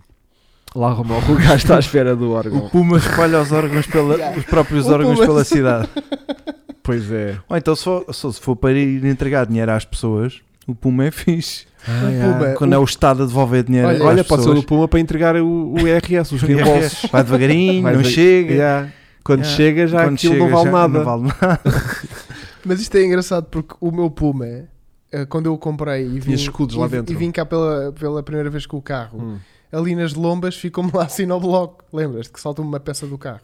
Lá, Romão, o gajo está à espera do órgão. O Puma espalha os órgãos pela- Yeah. os próprios O órgãos Puma- pela cidade. pois é. Ou então, se for, só se for para ir entregar dinheiro às pessoas, o Puma é fixe. Puma, Quando é o Estado a devolver dinheiro Olha, às Ah, Olha, pode ser pessoas, o do Puma para entregar o, o IRS, os reembolsos. Vai devagarinho, Vai não devagarinho. chega. Yeah. Quando Yeah. chega, já Quando aquilo chega, não vale já nada. Não vale nada. Mas isto é engraçado porque o meu Puma, eh, quando eu o comprei e vim, escudos lá e, vi- dentro. e vim cá pela, pela primeira vez com o carro, Hum, ali nas lombas ficou-me lá assim no bloco. Lembras-te que saltou-me uma peça do carro?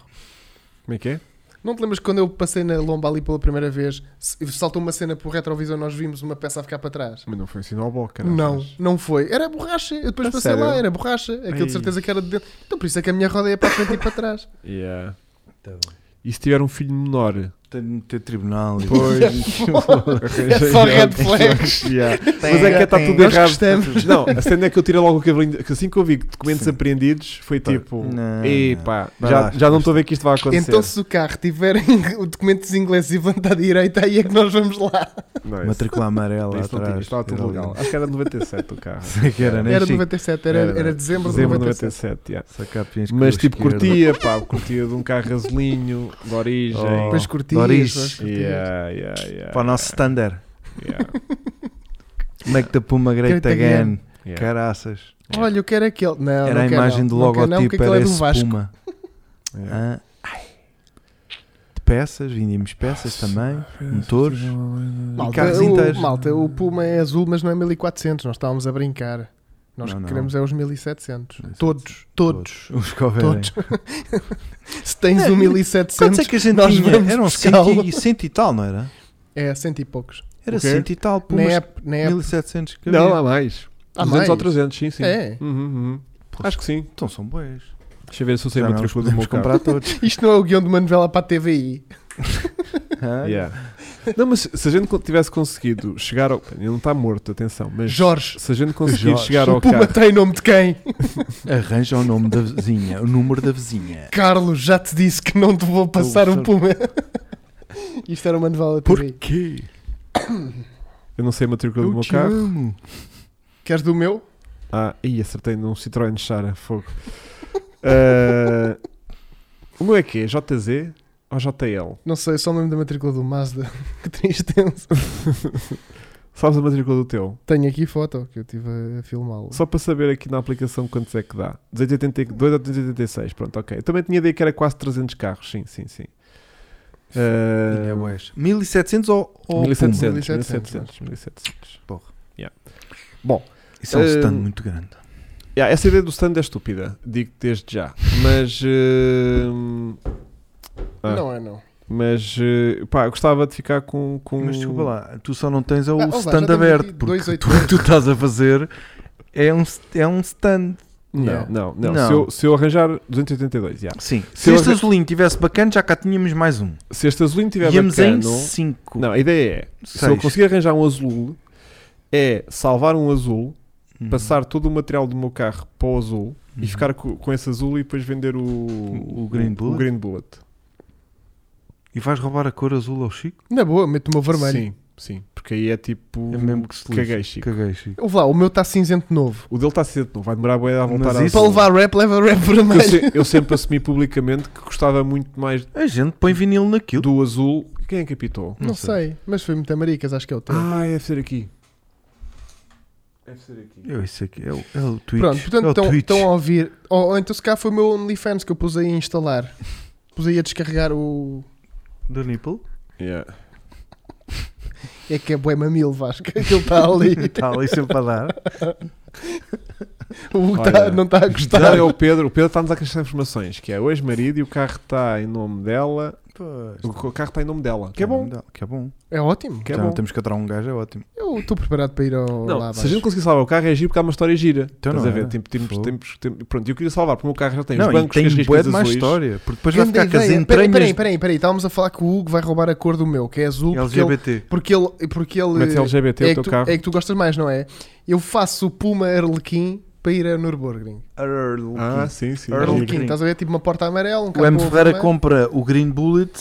Como é que é? Não te lembras que quando eu passei na lomba ali pela primeira vez, se- saltou uma cena para o retrovisor nós vimos uma peça a ficar para trás? Mas não foi um sinal bloco, Não, não foi. Era borracha. Eu depois A passei sério? lá, era borracha. Aquilo de Ei. certeza que era de dentro. Então por isso é que a minha roda ia para a frente e para trás. Yeah. Tá E se tiver um filho menor? Tem de ter tribunal. e- É só red flags. Yeah. Mas é que está tudo Nós errado. gostamos. Não, a cena é que eu tirei logo o cabelinho. que Assim que eu vi documentos apreendidos, foi tipo. Não, Epá, não. já, Vai lá, já não estou a ver que isto vai acontecer. Então se o carro tiver o documentos ingleses e levanta à direita, aí é que nós vamos lá. não, isso, Matrícula amarela isso não tinha, atrás. isto estava tudo Era legal. ali. Acho que era de 97 o carro. Sei que era, né? Era Chico? 97, era, Era, era era. dezembro, Dezembro de de 97, 97. yeah. Sacar pinhas Mas com a tipo, esquerda. curtia, pá, curtia de um carro azulinho, de origem. Oh. Depois curtias, Doris. depois curtias. Yeah, yeah, yeah, Para o nosso standard. yeah, Make the Puma Great Great again. Again. yeah. Caraças. Yeah. Olha, eu quero aquele. Não, era não a quero, imagem não. do Não quero não, logotipo, porque aquele era é do esse Vasco. Puma. Yeah. Hã? Ai. De peças, vendíamos peças também. Motores. Malta, é carros o, inteiros. malta, o Puma é azul, mas não é 1400. Nós estávamos a brincar. Nós Não, não. queremos é os 1700. É Todos, todos, Os que houverem. todos. Se tens Não, um Quantos é 1700, que a gente nós vamos tinha? Eram cento e, cento e tal, não era? é cento e poucos. é, Era O quê? cento e tal Na Pumas. app, na app. 1700 que Não, havia. é- há mais. Há 200 ou mais? 300, sim, sim. É. Uhum, uhum. Acho que sim. Então são boas. Deixa eu ver se eu sei Já a não os matrícula do podemos meu carro. comprar todos. Isto não é o guião de uma novela para a TVI. Hã? Yeah. Não, mas se a gente co- tivesse conseguido chegar ao. Ele não está morto, atenção. Mas Jorge, se a gente conseguir Jorge. chegar o ao Puma carro. tem nome de quem? Arranja o nome da vizinha, o número da vizinha. Carlos, já te disse que não te vou passar o Por Puma. Isto era uma novela para a TVI. Porquê? Eu não sei a matrícula do Eu meu te carro. amo. Queres do meu? Ah, e acertei num Citroën Chara, fogo. Ah, o meu é que é? JZ? ou JL? Não sei, só o nome da matrícula do Mazda. que tristeza. Sabes a matrícula do teu? Tenho aqui foto que eu estive a filmá-lo. Só para saber aqui na aplicação quantos é que dá. 282 ou 286, pronto, ok. Eu também tinha ideia que era quase 300 carros, sim, sim, sim. Ah, Tinha bués. 1700 ou, ou 1700, 1700. 1700, 1700. Porra. Yeah. Bom, Isso é um Eh, stand muito grande. yeah, essa ideia do stand é estúpida, digo desde já. Mas, eh, Ah. Não é, não. mas eh, pá, eu gostava de ficar com. com... Mas desculpa lá, tu só não tens é o um- Ah, olá, já stand temos aberto. aqui dois, Porque oito, tu, tu estás a fazer é um, é um stand. Não, Yeah. não, não. Não. Se, eu, se eu arranjar 282, yeah. Sim. Se Se, eu este arran- azulinho tivesse bacana, já cá tínhamos mais um. se este azulinho tiver Íamos em bacano. 5. Não, a ideia é: se eu Seis. conseguir arranjar um azul, é salvar um azul, Uhum. Hum. passar todo o material do meu carro para o azul e ficar co- com, esse azul e depois vender o, O- o Green Bullet? Green Bullet. E vais roubar a cor azul ao Chico? Na boa, meto-me o vermelho. Sim, sim. Porque aí é tipo. É mesmo que se lixe. Caguei, Chico. Caguei, Chico. Ouve lá, o meu está cinzento novo. O dele está cedo, não vai demorar bem a voltar Mas ao isso- Para azul. levar rap, leva rap Porque eu, vermelho. se- eu sempre assumi publicamente que gostava muito mais A gente põe vinil naquilo. do azul. Quem é que apitou? Não Não sei, mas foi muito maricas, acho que é o teu. Ah, deve ser aqui. Deve ser aqui. Eu, isso aqui é o, é o Twitch. é Pronto, o portanto, Twitch. estão a ouvir. Ou, ou então se cá foi o meu OnlyFans que eu pus aí a instalar. Pus aí a descarregar o. Do nipple. Yeah. É que é bué mamilo, Vasco. Aquilo está ali. Está tá ali sempre a dar. O Hugo tá- Olha. não está a Não, gostar. é o Pedro. O Pedro está-nos a acrescentar informações. Que é o ex-marido e o carro está em nome dela. Pois. O carro está em nome dela. Que é bom. Que é bom. É ótimo. Que é Então, bom. Temos que atrair um gajo, é ótimo. Eu estou preparado para ir ao lá Não, abaixo. se a gente conseguir salvar o carro é giro porque há uma história gira. Então Estás não a ver? era. Tipo, temos, Fogo. temos, temos- pronto, eu queria salvar porque o meu carro já tem não, os e bancos tem com as bué riscas de mais azuis. história. Porque depois vai Grande ficar com as ideia. Peraí, entranhas Peraí, peraí, peraí. Estávamos a falar que o Hugo vai roubar a cor do meu, que é azul. Porque ele, LGBT. porque ele. Porque ele Mete LGBT é, o que teu tu, carro. é que tu gostas mais, não é? Eu faço o Puma Arlequim para ir a Nürburgring. Ah, sim, sim. Earl giro. King. Arlequim, estás a ver? Tipo uma porta amarela, um O M. capô Ferreira vermelho. compra o Green Bullet,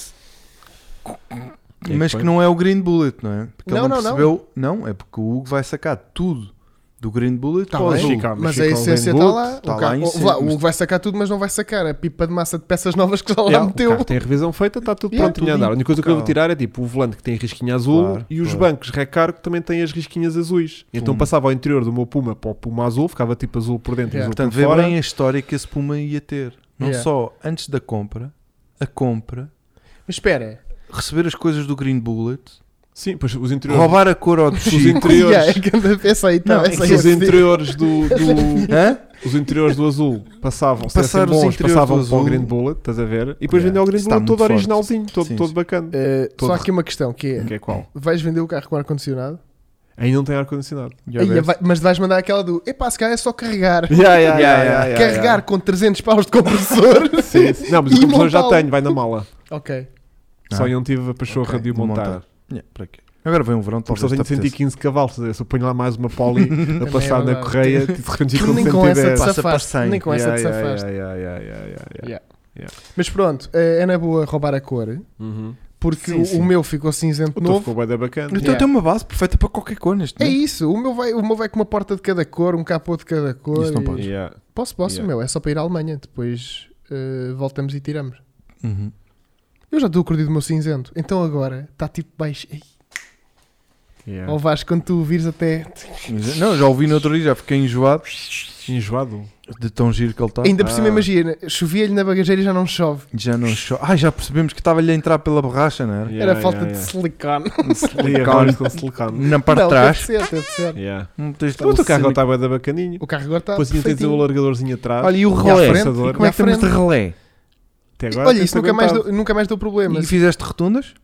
que mas que foi? não é o Green Bullet, não é? Porque Não, ele não, não, não. percebeu. Não. é porque o Hugo vai sacar tudo do Green Bullet Tá para o bem. azul. Chica, Mas Chica a ao essência Rainbow, está tá lá. o, lá carro- em o- cima, lá, o mas- Hugo vai sacar tudo, mas não vai sacar a pipa de massa de peças novas que já lá É, Yeah, o meteu. carro tem a revisão feita, está tudo Yeah. pronto a andar. A única coisa que eu vou Claro. tirar é tipo o volante que tem a risquinha azul Claro, e os claro. bancos recargo que também têm as risquinhas azuis. Então Puma. passava ao interior do meu Puma para o Puma azul, ficava tipo azul por dentro e Yeah. azul Portanto, por vê fora. bem a história que esse Puma ia ter. Não Yeah. só antes da compra, a compra, Mas espera. receber as coisas do Green Bullet, Sim, pois os interiores, roubar a cor ao do os Chico. interiores, Yeah, é que anda- essa aí tá- Não, é essa que aí é os fedida. interiores do, do- Hã? os interiores do azul passavam, se Passar Passar os bons, interiores passavam do para o azul. Green Bullet, estás a ver? E depois Yeah. vendeu ao Green Isso está Bullet todo muito forte. originalzinho, todo, Sim, É. todo sim. bacana. Eh, Todo só aqui uma questão que é, Que é qual? vais vender o carro com ar-condicionado? Aí não tem ar-condicionado. Já Aí vês? vai- mas vais mandar aquela do epá, se calhar é só carregar. yeah, yeah, yeah, carregar com 300 paus de compressor. Sim, sim. Não, mas o E compressor já montá-lo. tenho, vai na mala. ok. Só Ah. eu não tive a pachorra Ok, de o de montar. montar. Yeah, para quê? Agora vem o verão, Porque só talvez tenho te apeteça. 115 cavalos, quer dizer, se eu ponho lá mais uma poli a passar na é verdade. correia, tipo, de repente fico Tu com nem com essa te 110. Passa para safaste. 100. Nem com essa Yeah, te yeah, safaste. yeah, yeah, yeah, yeah, yeah. Yeah. Mas pronto, eh, é na boa roubar a cor, Uhum. porque Sim, o, o sim. meu ficou cinzento O teu novo. ficou né? bem da bacana. Então Yeah. tem uma base perfeita para qualquer cor neste É momento. isso, o meu, vai, o meu vai com uma porta de cada cor, um capô de cada cor. Isso não e- podes. Yeah. Posso, posso, Yeah. meu, é só para ir à Alemanha, depois eh, voltamos e tiramos. Uhum. Eu já estou a curtir do meu cinzento, então agora está tipo baixo. Ei, Yeah. Ó Vasco, quando tu vires até. Mas, Não, já ouvi no outro dia, já fiquei enjoado Enjoado. de tão giro que ele está. Ainda por cima, Ah. imagina, chovia-lhe na bagageira e já não chove. Já não cho... Ah, já percebemos que estava-lhe a entrar pela borracha, não era? Yeah, Era falta yeah, de silicone. yeah. silicone. agora isto com silicone. Na parte não, de trás. Deve ser, deve ser. Yeah. Não tens Então, O teu carro silicone. está bem da bacaninho. um O carro agora está. Depois ainda tens o perfeitinho. alargadorzinho atrás. Olha, tá- e o E à relé? frente, E como é que e à temos de frente. relé? Até agora Olha, tens isso nunca mais, aguentado. deu, nunca mais deu E problemas. fizeste rotundas?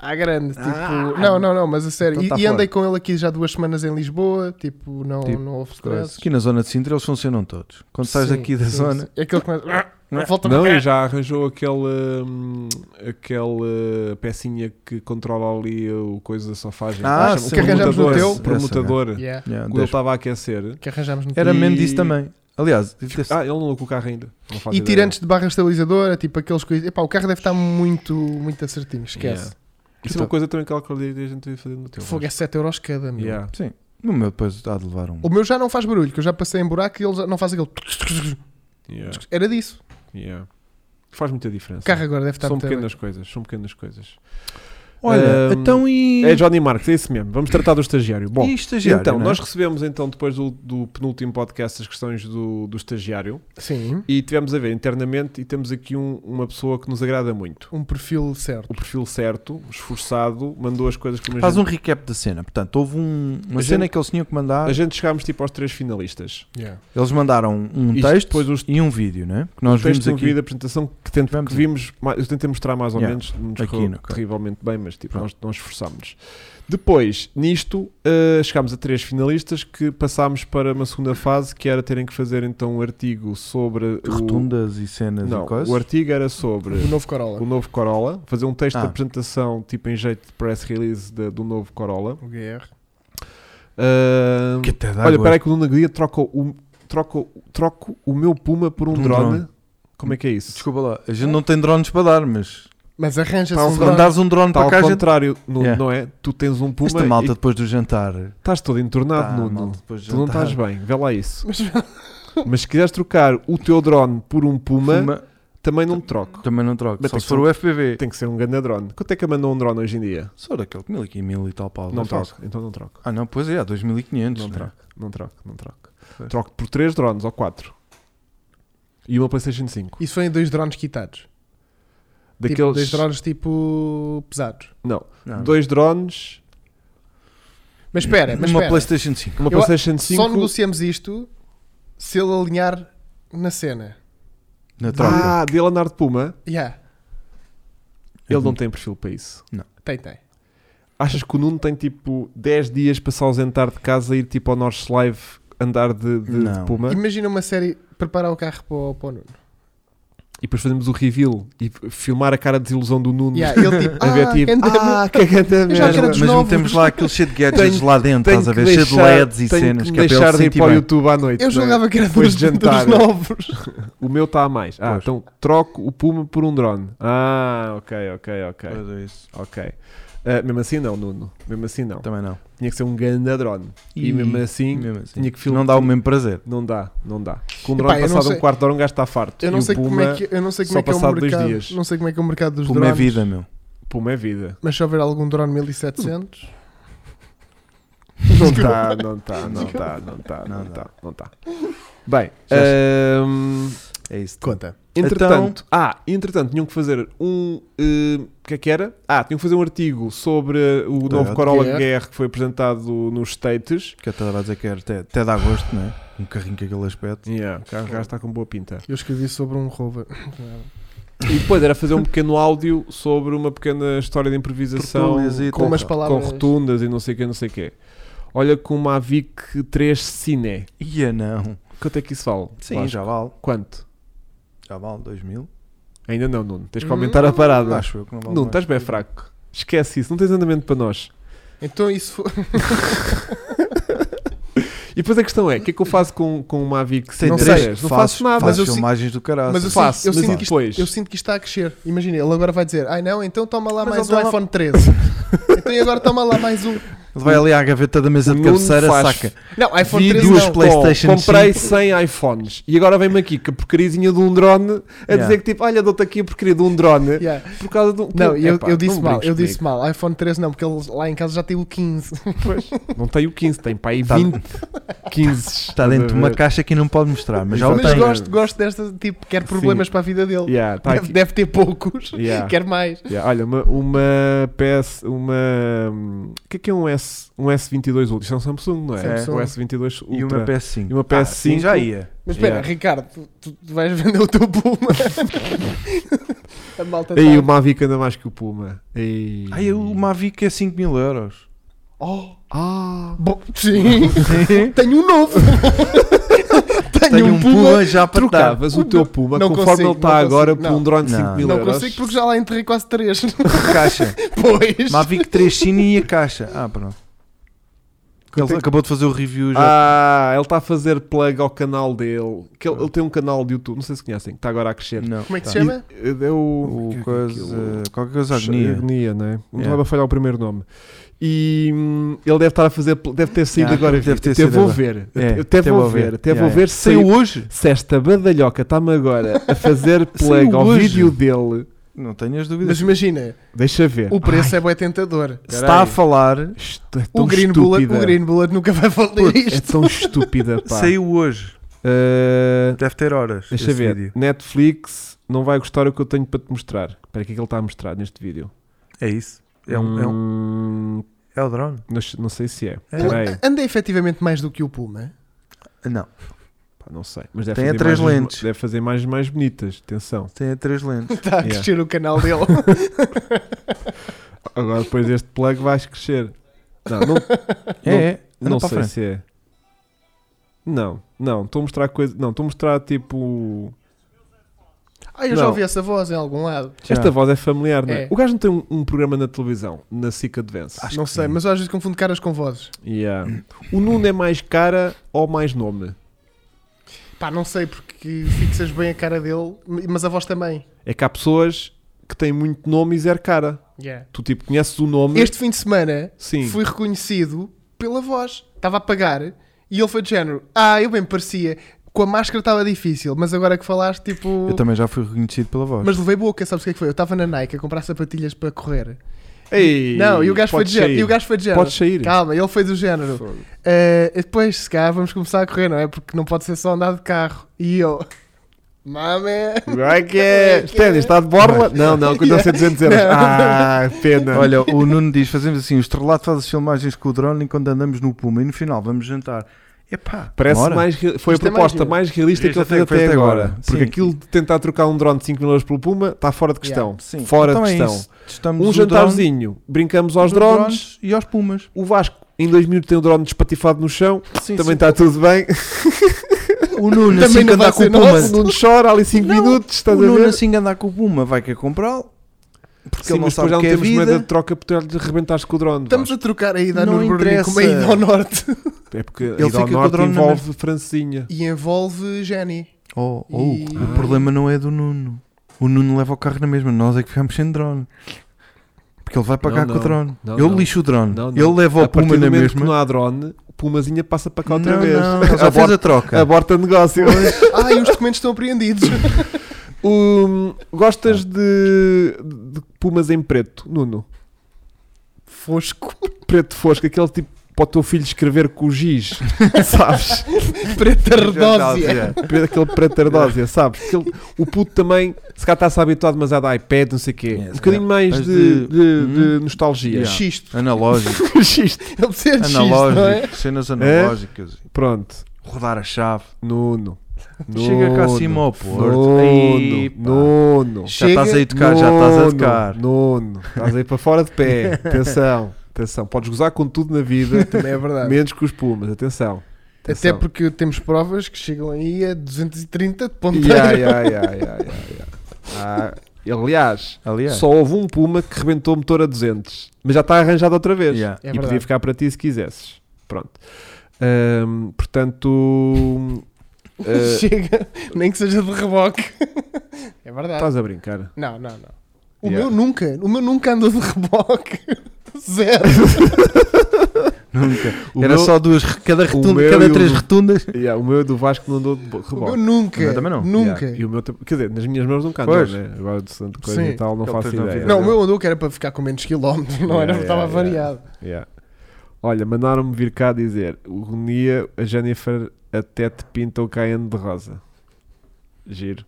À grande, tipo. Ah. não, não, não, mas a sério. Então E- tá e, fora. andei com ele aqui já duas semanas em Lisboa, tipo, não, Tipo, não houve stress. Aqui na zona de Sintra eles funcionam todos. Quando sais Sim, aqui da sim, zona. sim. É aquele que começa. Volta Não, é e já arranjou aquele, hum, aquele eh, pecinha que controla ali o coisa da sofagem. Ah, Acha- sim. o Que arranjamos no permutador, o teu? permutador. Yeah, Yeah, Quando ele deixa. estava a aquecer. que arranjámos no Era E- mesmo disso também. Aliás, deve- Ah, ele não colocou o carro ainda. Não faz E ideia. tirantes de barra estabilizadora, tipo aqueles coisas. Epá, o carro deve estar muito, muito acertinho, esquece. Yeah. Isso é uma coisa também que eu acordei e a gente devia fazer no teu. Fogo é 7 euros cada, meu. Yeah. sim. No meu depois há de levar um. O meu já não faz barulho, que eu já passei em buraco e ele já não faz aquele. Yeah. Era disso. Yeah. Faz muita diferença. O carro agora deve estar são muito bem. pequenas coisas, são pequenas coisas. Olha, Ahm, então e. É Johnny Marques, é isso mesmo. Vamos tratar do estagiário. Bom, e estagiário, então, né? não é? nós recebemos então depois do, do penúltimo podcast as questões do, do estagiário Sim, e tivemos a ver internamente e temos aqui um- uma pessoa que nos agrada muito. um perfil certo. O perfil certo, esforçado, mandou as coisas como a Faz gente... um recap da cena. Portanto, houve um- uma A cena gente- que eles tinham que um mandar. A gente chegámos tipo aos três finalistas. Yeah. Eles mandaram um Isto texto depois os- e um vídeo, né? Que nós o texto vimos de um aqui. vídeo da apresentação que, tento, Vamos que ver. vimos, ma- eu tentei mostrar mais ou Yeah. menos, não nos Aqui, correu ok. terrivelmente bem, mas tipo, Pronto. nós, nós esforçámos-nos. Depois, nisto, eh, chegámos a três finalistas que passámos para uma segunda fase que era terem que fazer então um artigo sobre. de o- Rotundas e cenas Não, e coisas. o artigo era sobre O novo o Corolla. novo Corolla, fazer um texto Ah. de apresentação tipo em jeito de press release da- do novo Corolla. O GR. Ah, Que até dá olha, gosto. peraí que o Nuno Aguia troca o, troca, o- troco o meu Puma por um, Por um drone. drone. Como é que é isso? Desculpa lá, a gente não tem drones para dar, mas Mas arranja-se Pá, um se se drone. mandares um drone Tá para ao cá, a gente... contrário, Nuno, Yeah. não é? Tu tens um Puma esta malta depois do jantar. e estás todo entornado, Tá, Nuno. malta, depois do Tu não jantar. estás bem, vê lá isso. Mas se quiseres trocar o teu drone por um Puma, Fuma- também não te troco. Também não troco. Mas Só tem se que for o FPV. Tem que ser um grande drone. Quanto é que mandou um drone hoje em dia? Só daquele que mil e quinhentos mil e tal pau. não é fácil. troco, então não troco. Ah não, pois é, há 2500. Não É. né? troco, não troco, não troco. Pois. Troco por 3 drones ou 4. E uma PlayStation 5. Isso foi em dois drones quitados. Tipo, Daqueles. dois drones tipo pesados. Não, Não. dois drones, Mas espera, mas Uma espera. Playstation 5. uma Eu- PlayStation 5. Só negociamos isto se ele alinhar na cena. Na troca. ah, dele andar de Puma. Yeah. Ele não tem perfil para isso. Tem, tem. Achas que o Nuno tem tipo 10 dias para se ausentar de casa e ir tipo ao North Live andar de, de- de Não. Puma? E, Imagina uma série preparar o carro para o, para o Nuno. depois fazemos o reveal e f- filmar a cara de desilusão do Nuno. Yeah, ele tipo, a ver ah, Um tipo, ganda ah, que ganda Eu já mas que era merda. dos mas novos. metemos lá aquele cheio de gadgets Tenho- lá dentro, Tenho estás a que ver? Cheio de deixar- LEDs e tenho cenas que que é para deixar ele de ir sentir para o bem. YouTube à noite. Eu não é? julgava que era Depois dos, de jantar. dos novos. O meu está a mais. Ah, Pois. então troco o Puma por um drone. Ah, ok, ok, ok. Pois é isso. Ok. Ah, mesmo assim não, Nuno. Mesmo assim não. Então- Também não. Tinha que ser um ganda drone. E, mesmo assim, mesmo assim, tinha que filmar. não dá o mesmo prazer. Não dá, não dá. Com um Epá, drone eu não passado um sei- quarto de hora um gajo está farto. Eu E não o sei como é Puma- que eu não sei como só é que é o passado dois mercado. dias. Não sei como é que é o mercado dos Puma é drones. vida, meu. Puma é vida. Mas se houver algum drone 1700, Não está, não está, não está, não está, não Não está, dá. não está. Bem, Já hum, É isso. conta. entretanto, ah, entretanto, tinham que fazer um. hum, O que é que era? Ah, tinham que fazer um artigo sobre o novo Toyota Corolla GR. GR que foi apresentado nos States. Que até vai dizer que era até, até dá gosto, não é? Um carrinho com aquele aspecto. Yeah, o carro já está com boa pinta. Eu escrevi sobre um rover. E depois era fazer um pequeno áudio sobre uma pequena história de improvisação Tertúlias e com, tal. umas com palavras. rotundas e não sei o que, não sei o que. Olha com uma Avic 3 Cine. Ia não. Quanto é que isso vale? Sim, Vasco? já vale. Quanto? Já vale 2000. Ainda não, Nuno. Tens que aumentar a parada. Acho eu que não vale. Nuno, mais. estás bem fraco. Esquece isso. Não tens andamento para nós. Então isso foi. E depois a questão é, o que é que eu faço com, com uma Avic Tem Cine? Não três, sei, Não fazes- faço nada. Fazes mas eu sinto- filmagens do caralho. Mas eu sinto, faço, eu, mas sinto que depois. isto, eu sinto que isto está a crescer. Imagina, ele agora vai dizer: Ai não, então toma lá Mas mais ele um dá- iPhone 13. então e agora toma lá mais um. Ele vai ali à gaveta da mesa O de Nuno cabeceira, faz saca. Não, iPhone Vi 13 duas não. pla- PlayStation Com- comprei 5. 100 iPhones e agora vem-me aqui com a porcarizinha de um drone a Yeah. dizer que tipo, olha, dou-te aqui a porcaria de um drone Yeah. por causa de um. Não, eu, Epá, eu disse não mal, brinques eu disse comigo. mal. iPhone 13 não, porque ele lá em casa já tem o 15. Não tem o 15, tem para aí Tá- 20, 15. Está dentro de uma Estás caixa que não pode mostrar, mas já o Exato. Mas tem. gosto, gosto desta, tipo, quer problemas para a vida a dele. ver? Yeah, tá Deve, aqui. deve ter poucos, Yeah. quer mais. Yeah, olha, uma, uma PS, uma. O que é que é um, S, um S22 Ultra? Isto é um Samsung, não é? Samsung. O S22 Ultra. E uma PS5. E uma Ah, PS5. sim, já ia. Mas espera, Yeah. Ricardo, tu, tu- tu vais vender o teu Puma. a malta Aí tá- o Mavic anda mais que o Puma. Ei. Ai, o Mavic é 5 mil euros. Oh, Ah. bom, sim, tenho um novo. tenho, Tenho um Puma já para dar. Trocavas o teu Puma Não conforme consigo, ele está não consigo, agora por não. um drone de 5 Não. mil Não euros. consigo porque já lá enterrei quase 3. Caixa. pois. Mavic 3 Cine e a caixa. Ah, pronto. Ele tenho- acabou de fazer o review já. Ah, ele está a fazer plug ao canal dele. Que ele, ele tem um canal de YouTube, não sei se conhecem, que está agora a crescer. Não. Como é que tá. se chama? E- É o. O que- que- coisa, aquilo- qualquer coisa agnia. Agnia, não é? Não Yeah. estava a falhar o primeiro nome. E hum, ele deve estar a fazer. pl- Deve ter saído Ah, agora. deve Vitor. ter Até saído vou agora. ver. É, Eu Até vou ver. é. Até Yeah, vou ver. se- Saiu hoje? Se esta badalhoca está-me agora a fazer plug Saiu ao hoje. vídeo dele, Não tenhas dúvidas. Mas imagina, deixa ver. o preço é bem tentador. Se está a falar, Isto é O tão Green, Bullet, estúpida. o Green Bullet nunca vai falar Puta, É isto. tão estúpida, pá. saiu hoje. Ah, Deve ter horas. Deixa esse ver. vídeo. Netflix não vai gostar o que eu tenho para te mostrar. Espera, o que é que ele está a mostrar neste vídeo? É isso. É, um, é, um, Hum, é o drone? Não, sei- não sei se é. É. Espera aí. Ele anda efetivamente mais do que o Puma. Não. Pá, não sei. Mas deve Tem a fazer três imagens- lentes. Deve fazer mais, mais bonitas. Atenção. Tem a três lentes. Está Tá a Yeah. crescer o canal dele. Agora depois deste plug vais crescer. Não, não, É, é. não, Anda para a sei frente. se é. Não, não. Estou a mostrar coisa. Não, estou a mostrar tipo. Ah, eu já Não. ouvi essa voz em algum lado. Já. Esta voz é familiar, não é? É. O gajo não tem um, um programa na televisão, na SIC Advance. Acho não que sei, sim. mas eu às vezes confundo caras com vozes. Yeah. O Nuno é mais cara ou mais nome? Pá, não sei, porque fixas bem a cara dele, mas a voz também. É que há pessoas que têm muito nome e zero cara. Tu tipo conheces o nome. Este fim de semana Sim. fui reconhecido pela voz. Estava a pagar e ele foi de género. Ah, eu bem parecia. Com a máscara estava difícil, mas agora que falaste, tipo. Eu também já fui reconhecido pela voz. Mas levei boca, sabes o que é que foi? Eu estava na Nike a comprar sapatilhas para correr. Ei, não, e o gajo foi de podes género. sair. E o gajo foi de género. Podes sair. Calma, ele foi do género. Fogo. "Ah, depois, se calhar, vamos começar a correr, não é? Porque não pode ser só andar de carro. E eu. Mame! Vai que é. Espera, está de borla? Não, não, continua a ser 200 euros. Não. Ah, pena. Olha, o Nuno diz: fazemos assim, o estrelado faz as filmagens com o drone enquanto andamos no Puma e no final vamos jantar. Epá, Parece bora. mais. re- Foi Isto é a proposta mais- mais, realista que Isto ele fez até- foi até até agora. agora. Porque Sim. aquilo de tentar trocar um drone de 5 mil euros pelo Puma está fora de questão. Sim. Fora Então de é questão. isso. Testamos um o drone Um jantarzinho, brincamos aos dos drones. e aos Pumas. O Vasco, em 2 minutos, tem o drone despatifado no chão. Sim, Também sim. está tudo bem. O Nuno Também assim que não vai andar com ser o nosso. Puma. O Nuno chora ali 5 Não, minutos, O estás a Nuno ver? assim que andar com o Puma vai querer comprá-lo porque Sim, ele não mas depois sabe já o não que é temos moeda de vida. troca para tu arrebentares com o drone. Estamos Vasco. a trocar a ida Não no Burger interessa. como a ida ao norte. É porque Ele ele fica ao com o norte drone na envolve Francinha. E envolve Jenny. Oh, oh, E- O problema não é do Nuno. O Nuno leva o carro na mesma. Nós é que ficamos sem drone. Porque ele vai Não, pagar com o não. drone. Não, ele não. lixa o drone. Não, não. Ele leva a o Puma partir na do momento que mesma. não há drone, o Pumazinha passa para cá outra não, vez. não, ele já fez aborta, a troca. aborta negócio. Ah, e os documentos estão apreendidos. Hum, gostas de, de Pumas em preto, Nuno? Fosco. Preto fosco, aquele tipo para o teu filho escrever com o giz, sabes? Preta redósia. Pre- Aquele preto ardósia, sabes? Aquele- o puto também, se calhar está-se habituado, mas é da iPad, não sei o quê. Yeah, um se bocadinho mais é. Mas de, de- de- de Hum. nostalgia. Yeah. Xisto. Analógico. Xisto. Ele precisa de xisto, não é? analógico. Cenas analógicas. Pronto, Rodar a chave. Nuno. Chega cá Nuno. acima ao Porto. Ei, pá. Nono, nono, Já estás a educar, já estás a educar. Nono, estás aí para fora de pé. Atenção, atenção. Podes gozar com tudo na vida, Também é verdade. menos com os pumas. Atenção. Até atenção. porque temos provas que chegam aí a 230 de ponteiro. Ya, ya, ya, ya, ya, ya. Ah, aliás, Aliás. só houve um puma que rebentou o motor a 200, mas já está arranjado outra vez. Yeah. É e verdade. podia ficar para ti se quisesses. Pronto. Ahm, portanto, eh, Chega, nem que seja de reboque. É verdade. estás a brincar. Não, não, não. O Yeah. meu nunca, o meu nunca andou de reboque. Zero. Nunca. O Era meu- só duas. re- Cada, retunda, meu e cada o três do- retundas. Ya, o meu é do Vasco não andou de bo- O reboque. meu nunca. O meu também não. Nunca. Yeah. E o meu tam- quer dizer, nas minhas mãos não canto, Pois. né? Agora de Santa coisa Sim. e tal, não Ele faço fez na ideia. vida. Não, o meu andou que era para ficar com menos quilómetros, não Yeah, era porque estava yeah, variado. Yeah. Olha, mandaram-me vir cá dizer: um dia a Jennifer até te pinta o Cayenne de rosa. Giro.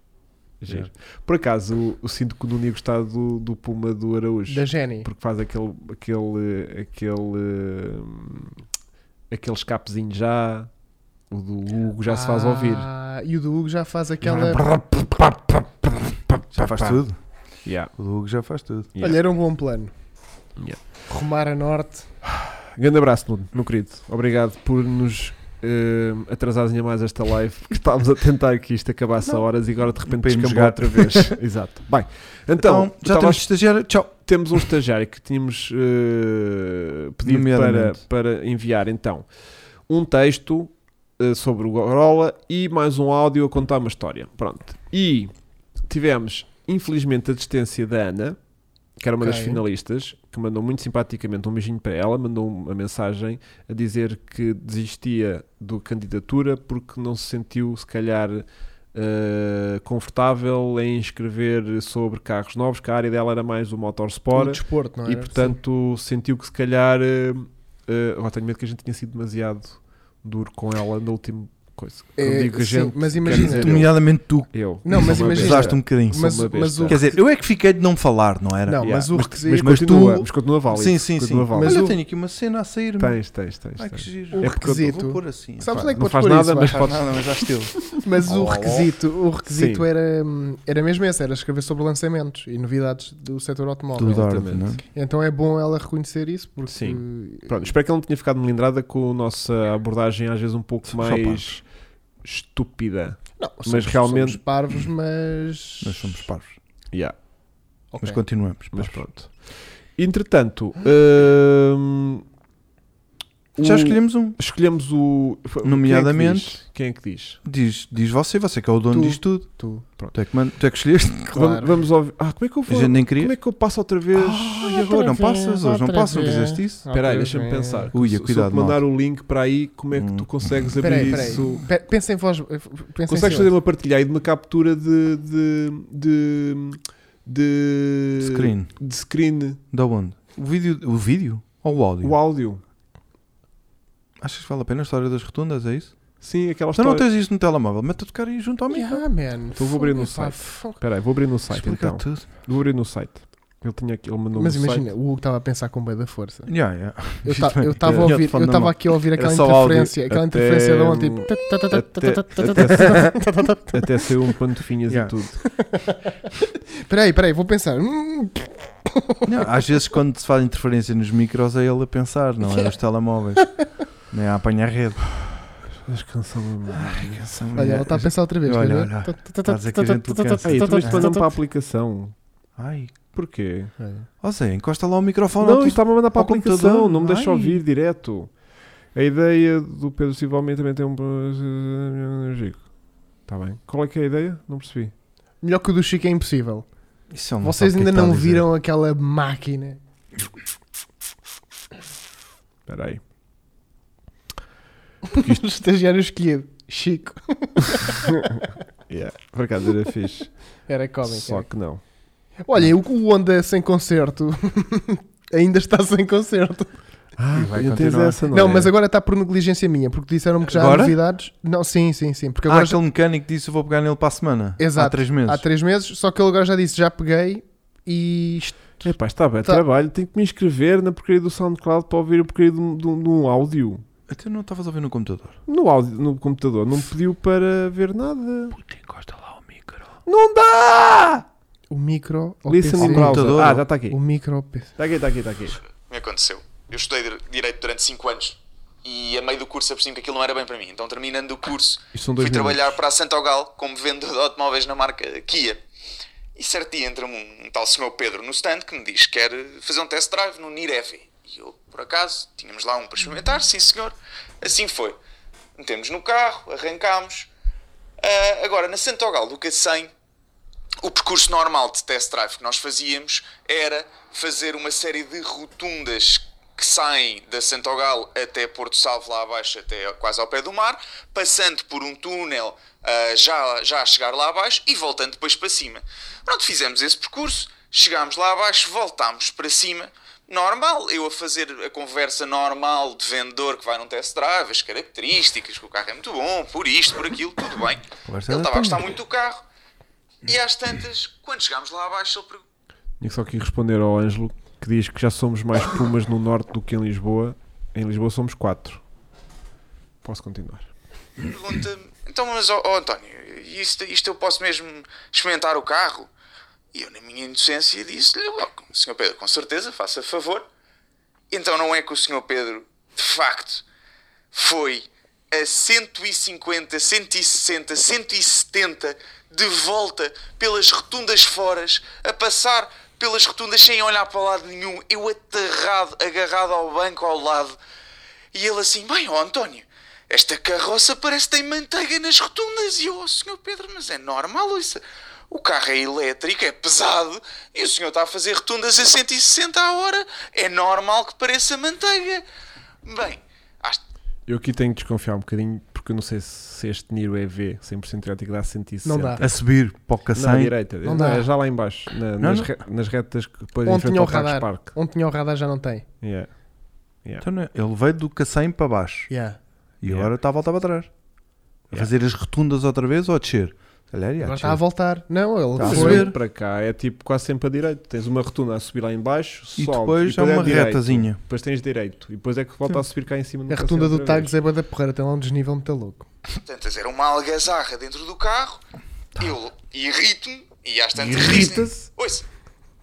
Giro. Yeah. Por acaso, eu- eu sinto que o Nuno ia gostar do, do Puma do Araújo. Da Jenny. Porque faz aquele. aquele. aquele. hum, aquele escapezinho já. O do Hugo já se faz ouvir. é um Ah, E o do Hugo já faz aquela. Já faz tudo. Yeah, O Hugo já faz tudo. yeah. Olha, era um bom plano. Yeah. Rumar a norte. Grande abraço, Nuno, meu querido. Obrigado por nos eh, atrasares ainda mais esta live, porque estávamos a tentar que isto acabasse a horas e agora de repente Para irmos descambou jogar. outra vez. Exato. Bem, então, Então, já eu estava temos de estagiar. Tchau. temos um estagiário que tínhamos eh, pedido para, Nomeadamente. para enviar então um texto eh, sobre o Corolla e mais um áudio a contar uma história. Pronto. E tivemos, infelizmente, a desistência da Ana, que era uma das Ok. finalistas, que mandou muito simpaticamente um beijinho para ela, mandou uma mensagem a dizer que desistia do candidatura porque não se sentiu, se calhar, eh, confortável em escrever sobre carros novos, que a área dela era mais o Um motorsport desporto, não é? e, portanto, sentiu que se calhar. eh, eh, agora tenho medo que a gente tenha sido demasiado duro com ela na última coisa. Quando digo a gente, Eh, mas imagina, dizer, tu- eu- Nomeadamente tu, eu. Não, sou mas uma imagina- besta. usaste um bocadinho. sou mas, uma mas besta. o, Quer dizer, eu é que fiquei de não falar, não era? Não, mas o que- mas mas continua, tu- mas continua válido. sim, sim, sim. continua válido. Mas Mas eu o- tenho aqui uma cena a sair. Tens, tens, tens. Ai, que tens. giro. o É porque eu Eu requisito, Vou pôr assim. sabes Pá, onde é que não podes faz pôr nada, isso? mas Vasco? pode- Nada, mas já estilo. Mas o Oh. requisito, o requisito Sim. era, hum, era mesmo esse, era escrever sobre lançamentos e novidades do setor automóvel. Tudo Tudo ordem, exatamente. não é? Então é bom ela reconhecer isso, porque Pronto, espero que ela não tenha ficado melindrada com a nossa abordagem, às vezes um pouco Só mais estúpida. Não, Mas realmente- somos parvos, mas. Nós somos parvos. Yeah, Ok. Mas continuamos. mas parvos. pronto. Entretanto, hum, Já o- escolhemos um. escolhemos o. foi- quem é que Nomeadamente- diz? Quem é que diz? Diz, diz você, você que é o dono Tu. disto tudo. Tu. Tu é que, man- tu é que escolheste. Claro. Vamos, vamos ouvir. Ah, como é que eu A vou? gente nem queria. Como é que eu passo outra vez? Ah, e agora? Não Outra passas vez, hoje, não outra passas, não vez. fizeste isso? Espera aí, Outra deixa-me vez. pensar. Ui, Se- cuidado, Se eu te mandar o link para aí, como é que tu Hum. consegues abrir Peraí, peraí. isso? Pe- Pensa em voz. Pensa em Consegues silêncio. fazer uma partilha aí de uma captura de. de. de. de Screen. de screen, Da onde? O vídeo, o vídeo? Ou o áudio? o áudio. Achas que vale a pena a história das rotundas? É isso? Sim, aquela Então não história. tens isso no telemóvel, mete a tocar aí junto ao mim. Yeah, man. é Então vou abrir no Fuck, site. fuck. Espera aí, vou abrir no site Explica então. tudo. Vou abrir no site. Ele tinha aqui, ele mandou Mas no imagina, site. o Hugo estava a pensar com bem da força. Yeah, yeah. Eu Isto bem, estava é. a Tinha o ouvir, eu telefone na estava aqui a ouvir aquela só áudio. interferência, aquela Até- interferência de ontem. tipo, Até, até saiu um pano de finhas e Yeah. tudo. Peraí, peraí, vou pensar. Hum, Não, às vezes quando se faz interferência nos micros é ele a pensar, não é nos telemóveis. Nem a apanhar rede. Mas cancela-me. Olha, ela está a pensar outra vez. Olha, tá- quer ver? olha, estás a querer tudo cansa. Ei, tu Ah. isto mandam para a Olha. aplicação. Ai, Porquê? ou seja, encosta lá o microfone. Não, ao isto teu- estava a mandar para a ao computador. aplicação, não me deixa Ai. ouvir direto. A ideia do Pedro Silva Almeida também tem um. Gigo. Está bem. Qual é que é a ideia? Não percebi. Melhor que o do Chico é impossível. Isso ele não Vocês sabe o que ainda é que não está a dizer. viram aquela máquina. Espera aí. O estagiário escolhido. Chico. Yeah. Por acaso era fixe. Era cómico. Só era. que não. Olhem, o- o Honda sem concerto. Ainda está sem concerto. Ah, E vai não tens continuar. essa, não. Não, é? mas agora está por negligência minha, porque disseram-me que já há Agora? novidades. Não, sim, sim, sim. Porque Ah, agora aquele mecânico disse eu vou pegar nele para a semana. Exato. Há três meses. há três meses, só que ele agora já disse, já peguei e isto Epá, está bem, Tá. trabalho. Tenho que me inscrever na porcaria do SoundCloud para ouvir a porcaria de um, de um- de um áudio. Até não estavas a ouvir no computador. No áudio, no computador. Não me pediu para ver nada. Encosta lá o micro. Não dá! o micro ao Listen in PC. browser. Computador. Ah, já está aqui. O micro ao PC. Está aqui, está aqui, está aqui. me aconteceu. Eu estudei dire- Direito durante 5 anos e a meio do curso apercebi que aquilo não era bem para mim. Então, terminando o curso, Isto são fui dois minutos. trabalhar para a Santogal como vendedor de automóveis na marca Kia. E certo dia entra-me um, um tal senhor Pedro no stand que me diz que quer fazer um test drive no Nirev. E eu, por acaso, tínhamos lá um para experimentar, sim senhor. Assim foi. Metemos no carro, arrancámos. Ah, agora, na Santogal do Cacém, o percurso normal de test drive que nós fazíamos era fazer uma série de rotundas que saem da Santogal até Porto Salvo, lá abaixo, até quase ao pé do mar, passando por um túnel ah, já, já a chegar lá abaixo e voltando depois para cima. Pronto, fizemos esse percurso, chegámos lá abaixo, voltámos para cima, normal, eu a fazer a conversa normal de vendedor que vai num test drive, as características, que o carro é muito bom, por isto, por aquilo, tudo bem. Conversa Ele da estava a tua. gostar muito do carro, e às tantas, quando chegámos lá abaixo, ele perguntou. Tinha só que responder ao Ângelo que diz que já somos mais pumas no norte do que em Lisboa. Em Lisboa somos quatro. Posso continuar. pergunta-me: então, mas ó ó, António, isto, isto eu posso mesmo experimentar o carro? E eu, na minha inocência, disse-lhe: logo, Sr. Pedro, com certeza, faça favor. Então, não é que o Sr. Pedro, de facto, foi a 150, 160, 170 de volta pelas rotundas foras, a passar pelas rotundas sem olhar para lado nenhum, eu aterrado, agarrado ao banco ao lado. E ele assim, bem, ó António, esta carroça parece que tem manteiga nas rotundas. E eu, ó senhor Pedro, mas é normal isso. O carro é elétrico, é pesado, e o senhor está a fazer rotundas a 160 a hora. É normal que pareça manteiga. Bem, acho Eu aqui tenho que desconfiar um bocadinho, porque eu não sei se este Niro é EV 100% elétrico dá 160. Não dá. A subir para o Na cacém. direita, Não não, dá. é já lá em baixo, na- Não, nas, não. re- nas retas que depois Onde enfrentam tinha o ao Carlos radar. Parque. Onde tinha o radar já não tem. Yeah. Então, não é- ele veio do cacém para baixo. Yeah. E Yeah. agora está a voltar para trás. A Yeah. fazer as rotundas outra vez ou a descer? Se calhar ia a Agora descer. está a voltar. Não, ele Está a Mas foi. subir. para cá é tipo quase sempre a direita. Tens uma retuna a subir lá em baixo, E sobe, depois há é uma direito, retazinha. Depois tens direito. E depois é que volta a subir cá em cima. no A cacete retunda do outra vez. Tags é boa da porreira, tem lá um desnível muito louco. Portanto, era uma algazarra dentro do carro, eu irrito-me e às tantas Tá. Irrita-se? dizem, Ouça,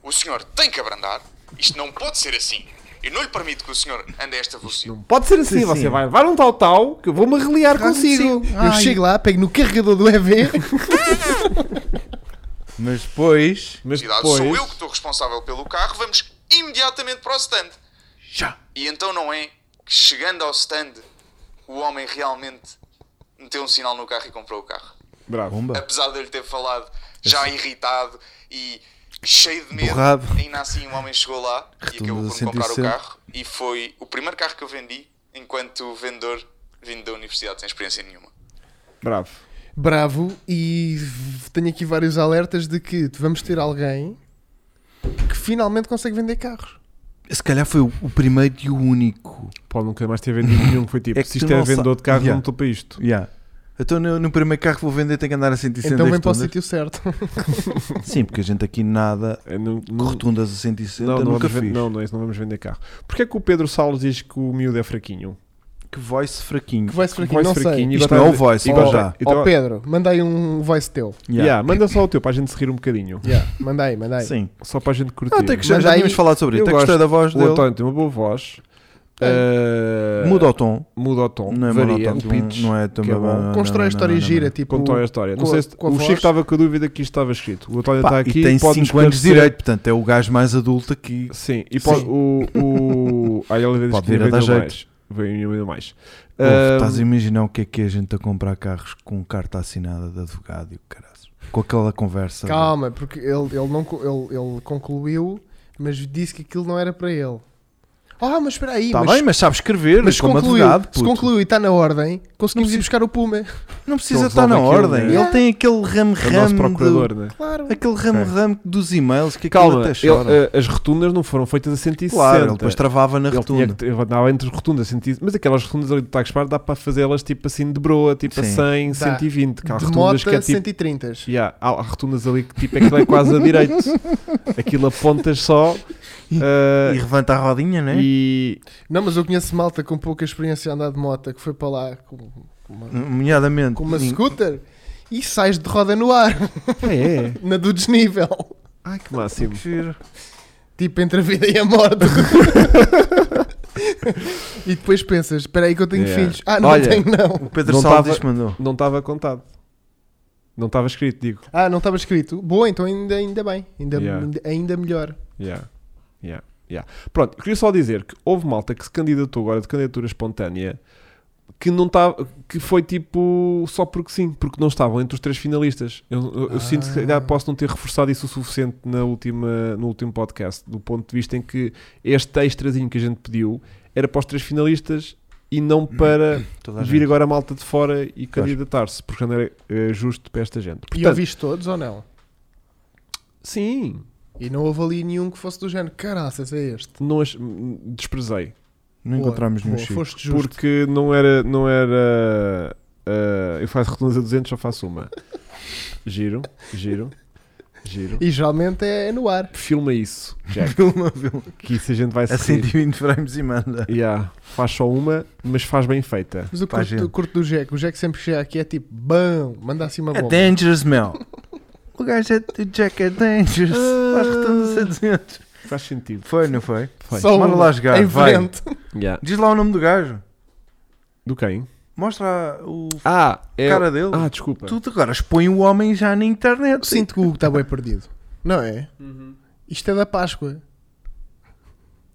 o senhor tem que abrandar, isto não pode ser assim. Eu não lhe permito que o senhor ande a esta velocidade. Pode ser assim, Sim, você sim. vai, vai num tal tal que eu vou-me reliar consigo. Eu chego lá, pego no carregador do EV. Mas depois. Mas Cidade, depois, Sou eu que estou responsável pelo carro, vamos imediatamente para o stand. Já! E então não é que chegando ao stand, o homem realmente meteu um sinal no carro e comprou o carro. bravo. Bomba! Apesar de eu lhe ter falado já irritado e cheio de medo, Borrado. ainda assim o homem chegou lá e acabou Retumbas por a me comprar o 160. carro e foi o primeiro carro que eu vendi enquanto vendedor vindo da universidade sem experiência nenhuma. Bravo. Bravo. E v- tenho aqui vários alertas de que vamos ter alguém que finalmente consegue vender carros. Se calhar foi o o primeiro e o único. Pode nunca mais ter vendido nenhum que foi tipo, É que se tu isto é não sa- vendedor de carro, Yeah. não estou para isto. Yeah. Então no, no primeiro carro que vou vender tem que andar a 160 então vem para o rotundas. sítio certo. Sim, porque a gente aqui nada É, não- com não- rotundas a 160 não, não nunca vamos ven- fiz. não, não, isso não vamos vender carro. Porquê é que o Pedro Salles diz que o miúdo é fraquinho? Que voice fraquinho. Que vai ser aqui, Voice não fraquinho. sei. Isto Agora- não é o voice, agora- para já. Então, Ó Pedro, manda aí um voice teu. Yeah. Yeah, manda só o teu para a gente se rir um bocadinho. Yeah, manda aí, manda aí. Sim. Só para a gente curtir. Ah, até que já, Mas já aí- tínhamos falado sobre isso. eu Até gostei gosto. da voz O dele. É, António tem uma boa voz. Tem. Uh, Muda o tom. muda o tom, Não é varia monótono. o pitch, Não é que é bom. também. Constrói a história e gira, tipo. contou a história. Não com a- sei se- com a o voz. Chico estava com a dúvida que isto estava escrito. O António está Pá, aqui e tem pode 5 anos de esclarecer- direito, portanto é o gajo mais adulto aqui. Sim, e pode, Sim. o. o aí ele diz Pode que vir a ainda dar vendeu jeito. mais. Veio ainda mais. Ouve, Ahm, estás a imaginar o que é que é a gente a comprar carros com carta assinada de advogado e o caralho. Com aquela conversa. Calma, porque ele, ele, não, co- ele, ele concluiu, mas disse que aquilo não era para ele. Ah, mas espera aí, Tá Está mas, bem, mas sabe escrever mas se como concluiu, advogado. se puto. concluiu e está na ordem, conseguimos ir buscar o Puma. Não precisa Ele estar na resolve aquilo, ordem. né? Ele tem aquele É o nosso ramo-ramo. procurador, né? Claro. do- Aquele ramo-ramo dos e-mails que aquilo Calma, até ele, chora. eh, as rotundas não foram feitas a 160. Claro, ele depois travava na Ele tinha rotunda. que ter- andava entre rotundas, 160, mas aquelas rotundas ali do Taxpar dá para fazê-las tipo assim de broa, tipo a Sim. 100, Dá. 120. Que há De rotundas moto, que é tipo 130. Yeah, há, há rotundas ali que tipo, aquilo é quase a direito. Aquilo apontas só. ah, E levanta a rodinha, né? e Não, mas eu conheço malta com pouca experiência a andar de moto que foi para lá com, com uma, Nomeadamente. com uma nin- scooter e sais de roda no ar, Ah, é? na do desnível. Ai, que máximo. Giro. Tipo entre a vida e a morte. e depois pensas, espera aí que eu tenho Yeah. filhos. Ah, não Olha, tenho não. O Pedro Não Salles tava- que mandou. Não estava contado. Não estava escrito, digo. Ah, não estava escrito. Boa, então ainda, ainda bem. Ainda, Yeah. ainda, ainda melhor. Yeah. Yeah. Yeah. Pronto, queria só dizer que houve malta que se candidatou agora de candidatura espontânea que não estava que foi tipo só porque sim, porque não estavam entre os três finalistas. Eu, eu- eu sinto que se calhar, posso não ter reforçado isso o suficiente na última, no último podcast, do ponto de vista em que este extrazinho que a gente pediu era para os três finalistas e não para Toda a vir gente. agora a malta de fora e candidatar-se, porque não era eh, justo para esta gente. e Portanto, ouviste todos ou não? sim, E não houve ali nenhum que fosse do género. Caraças, é este. não ach- desprezei. Não Boa, encontramos nenhum boa, Chico. Foste justo. Porque não era. Não era ah, eu faço rotundas a 200, só faço uma. Giro, giro, giro. E geralmente é no ar. Filma isso, Jack. Filma, filma. É Que isso a gente vai se A rir. 120 frames e manda. Yeah, faz só uma, mas faz bem feita. Mas eu Pá, gente. curto, curto do Jack. O Jack sempre chega aqui é tipo, bam, manda assim uma É bomba. dangerous, meu. O gajo é o Jack é dangerous. Ah. Faz retorno a 200. Faz sentido. Foi, não foi? Foi. Só Bora uma, lá jogar, em vai. frente. Yeah. Diz lá o nome do gajo. Do quem? Mostra o f- Ah, é. cara dele. Ah, desculpa. Tu agora expõe o homem já na internet. Sinto que o Hugo está bem perdido. Não é? Isto é da Páscoa.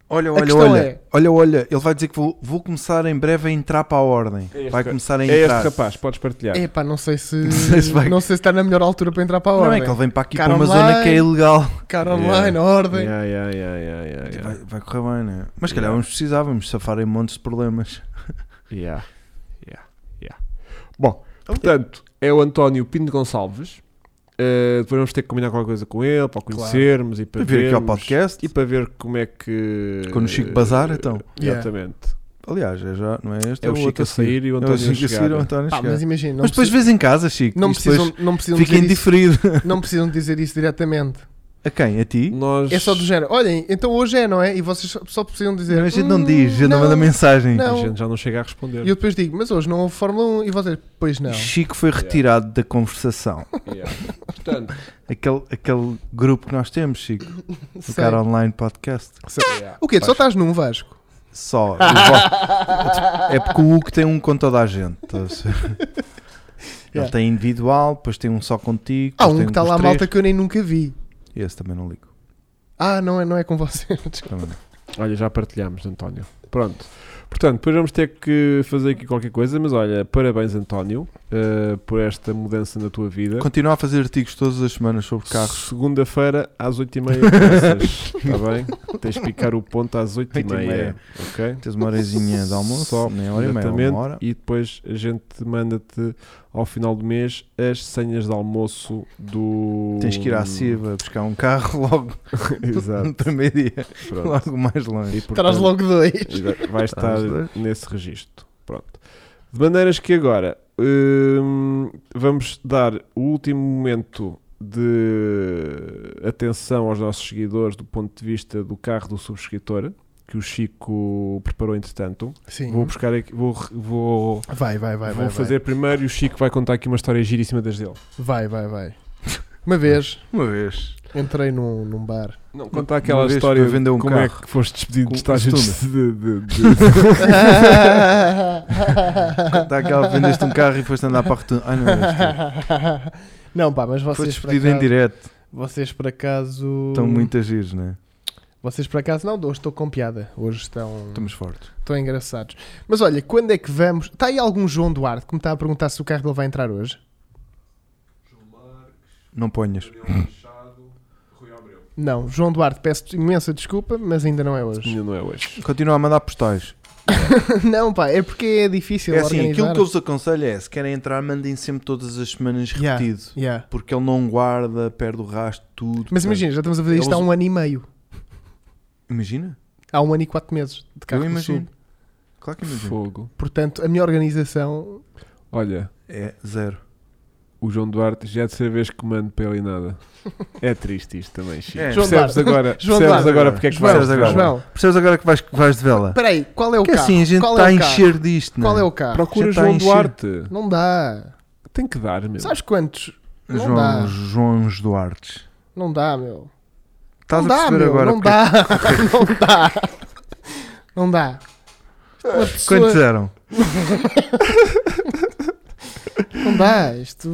Olha, A olha, questão olha. é- Olha, olha. Ele vai dizer que vou, vou começar em breve a entrar para a ordem. É este vai ca- começar a É este entrar. rapaz, podes partilhar. É pá, não sei se. Não sei se vai- Não sei se está na melhor altura para entrar para a Não ordem. é que ele vem para aqui Cara para uma online. zona que é ilegal. Tipo, Cara Yeah. online, ordem. Yeah, yeah, yeah, yeah, yeah, Vai, yeah. vai correr bem, né? Mas se calhar É. Yeah. vamos precisar, vamos safar em montes de problemas. Yeah, yeah, yeah. Bom, portanto, é o António Pinto Gonçalves. Uh, depois vamos ter que combinar qualquer coisa com ele para o conhecermos e para Para vir aqui ao vermos podcast. e para ver como é que. eh, Quando o Chico bazar, então. Yeah. Exatamente. Aliás, é já, não é este? É o Chico outro a sair e o António é o a Chico a chegar. sair e o António a Pá, chegar. mas mas imagina, não, depois precis- vês em casa, Chico. não Isto depois precisam, não, precisam Fica dizer isso, indiferido. não precisam dizer isso diretamente. A quem? A ti? Nós... É só do género. Olhem, então hoje é, não é? E vocês só- só precisam dizer. Não, a gente "Hum, não diz, a gente não manda mensagem. Não. A gente já não chega a responder. E eu depois digo, mas hoje não houve Fórmula 1 e vocês, pois não. Chico foi retirado da conversação. Yeah. Portanto, Aquele, aquele grupo que nós temos, Chico. O Sei. Cara Online Podcast. yeah. O quê? Tu só estás num Vasco? Só. Eu vou- é porque o Hugo tem um com toda a gente. tá a ver? Ele Yeah. tem individual, depois tem um só contigo. Há depois um tem que está com os lá três. malta que eu nem nunca vi. Esse também não ligo. Ah, não é, não é com vocês. Também não. Olha, já partilhamos, António. Pronto. Portanto, depois vamos ter que fazer aqui qualquer coisa, mas olha, parabéns, António, eh, por esta mudança na tua vida. Continua a fazer artigos todas as semanas sobre carros. Segunda-feira às 8h30. crianças. Está bem? Tens que picar o ponto às 8h30. 8h30. Ok? Tens uma horazinha de almoço, Só, nem hora e meia, Exatamente. É uma hora. E depois a gente manda-te ao final do mês as senhas de almoço do. Tens que ir à Silva buscar um carro logo Exato. para meio-dia, Pronto. logo mais longe. E, Traz portanto, logo dois. Exa- Vai estar Estás dois. nesse registro. Pronto. De maneiras que agora hum, vamos dar o último momento de atenção aos nossos seguidores do ponto de vista do carro do subscritor que o Chico preparou entretanto. Sim. Vou buscar aqui, vou, re- vou, Vai, vai, vai. vou vai, fazer primeiro e o Chico vai contar aqui uma história giríssima das dele. Vai, vai, vai. Uma vez Uma vez. entrei num, num bar. Não, conta aquela vez história foi vender um de como é carro que foste despedido com de estágio de, estudo. de, de- de- Está aquela vendeste um carro e foste andar para a rotunda. Ai, não, este- não, pá, mas Foi vocês por despedido em acaso. direto. Vocês por acaso. Estão muito agidos, não é? Vocês por acaso. Não, hoje estou com piada. Hoje estão. Estamos fortes. Estão engraçados. Mas olha, quando é que vamos. Está aí algum João Duarte que me está a perguntar se o carro dele vai entrar hoje? Não ponhas. Não, João Duarte, peço imensa desculpa, mas ainda não é hoje. Ainda não é hoje. Continua a mandar postais. não, pá, é porque é difícil É assim, organizar. aquilo que eu vos aconselho é, se querem entrar, mandem sempre todas as semanas Yeah. repetido. Yeah. Porque ele não guarda, perde o rastro, tudo. Mas Portanto, imagina, já estamos a fazer isto há Eles- um ano e meio. Imagina? Há um ano e quatro meses de carro eu do imagino. Sul. Claro que imagino. Fogo. Portanto, a minha organização. Olha, É zero. O João Duarte já é a terceira vez que mando para ele e nada. É triste isto também, Chico. É. João Percebes Duarte. agora, João percebes Duarte. agora porque é que João, vais agora. João. João, Percebes agora que vais, que vais de vela? espera aí, qual é o Porque carro? assim, a gente qual está é a o carro? encher disto, não Qual é o carro? Procura Já tá João a encher. Duarte. Não dá. Tem que dar, meu. Sabes quantos? Não dá. João, João Duarte. Não dá, meu. Estás Tá não a dá, perceber meu. agora não porque- é dá. não dá. Não dá. Isto é Uma Quantos pessoa... eram? Não dá. Isto,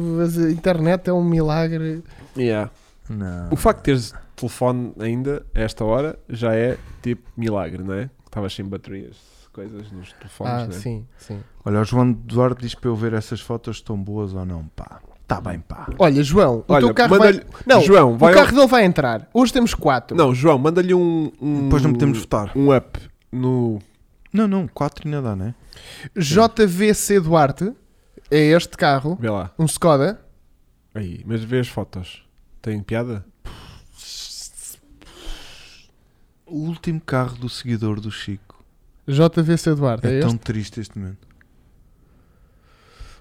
a internet é um milagre. Yeah. Não. O facto de teres telefone ainda, a esta hora, já é tipo milagre, não é? Estavas sem baterias, coisas nos telefones, ah, não é? sim, sim. Olha, o João Duarte diz para eu ver essas fotos se estão boas ou não, pá. Está bem, pá. Olha, João, o Ah. Olha, teu carro vai... manda-lhe- Não, João, vai o ao- carro dele vai entrar. Hoje temos quatro. Não, João, manda-lhe um, um. Depois não podemos votar. Um up no. Não, não, 4 ainda dá, não é? JVC Duarte é este carro. Vê lá. Um Skoda. Aí, mas vê as fotos. Tem piada? O último carro do seguidor do Chico. JVC Duarte é, É, tão este. triste este momento.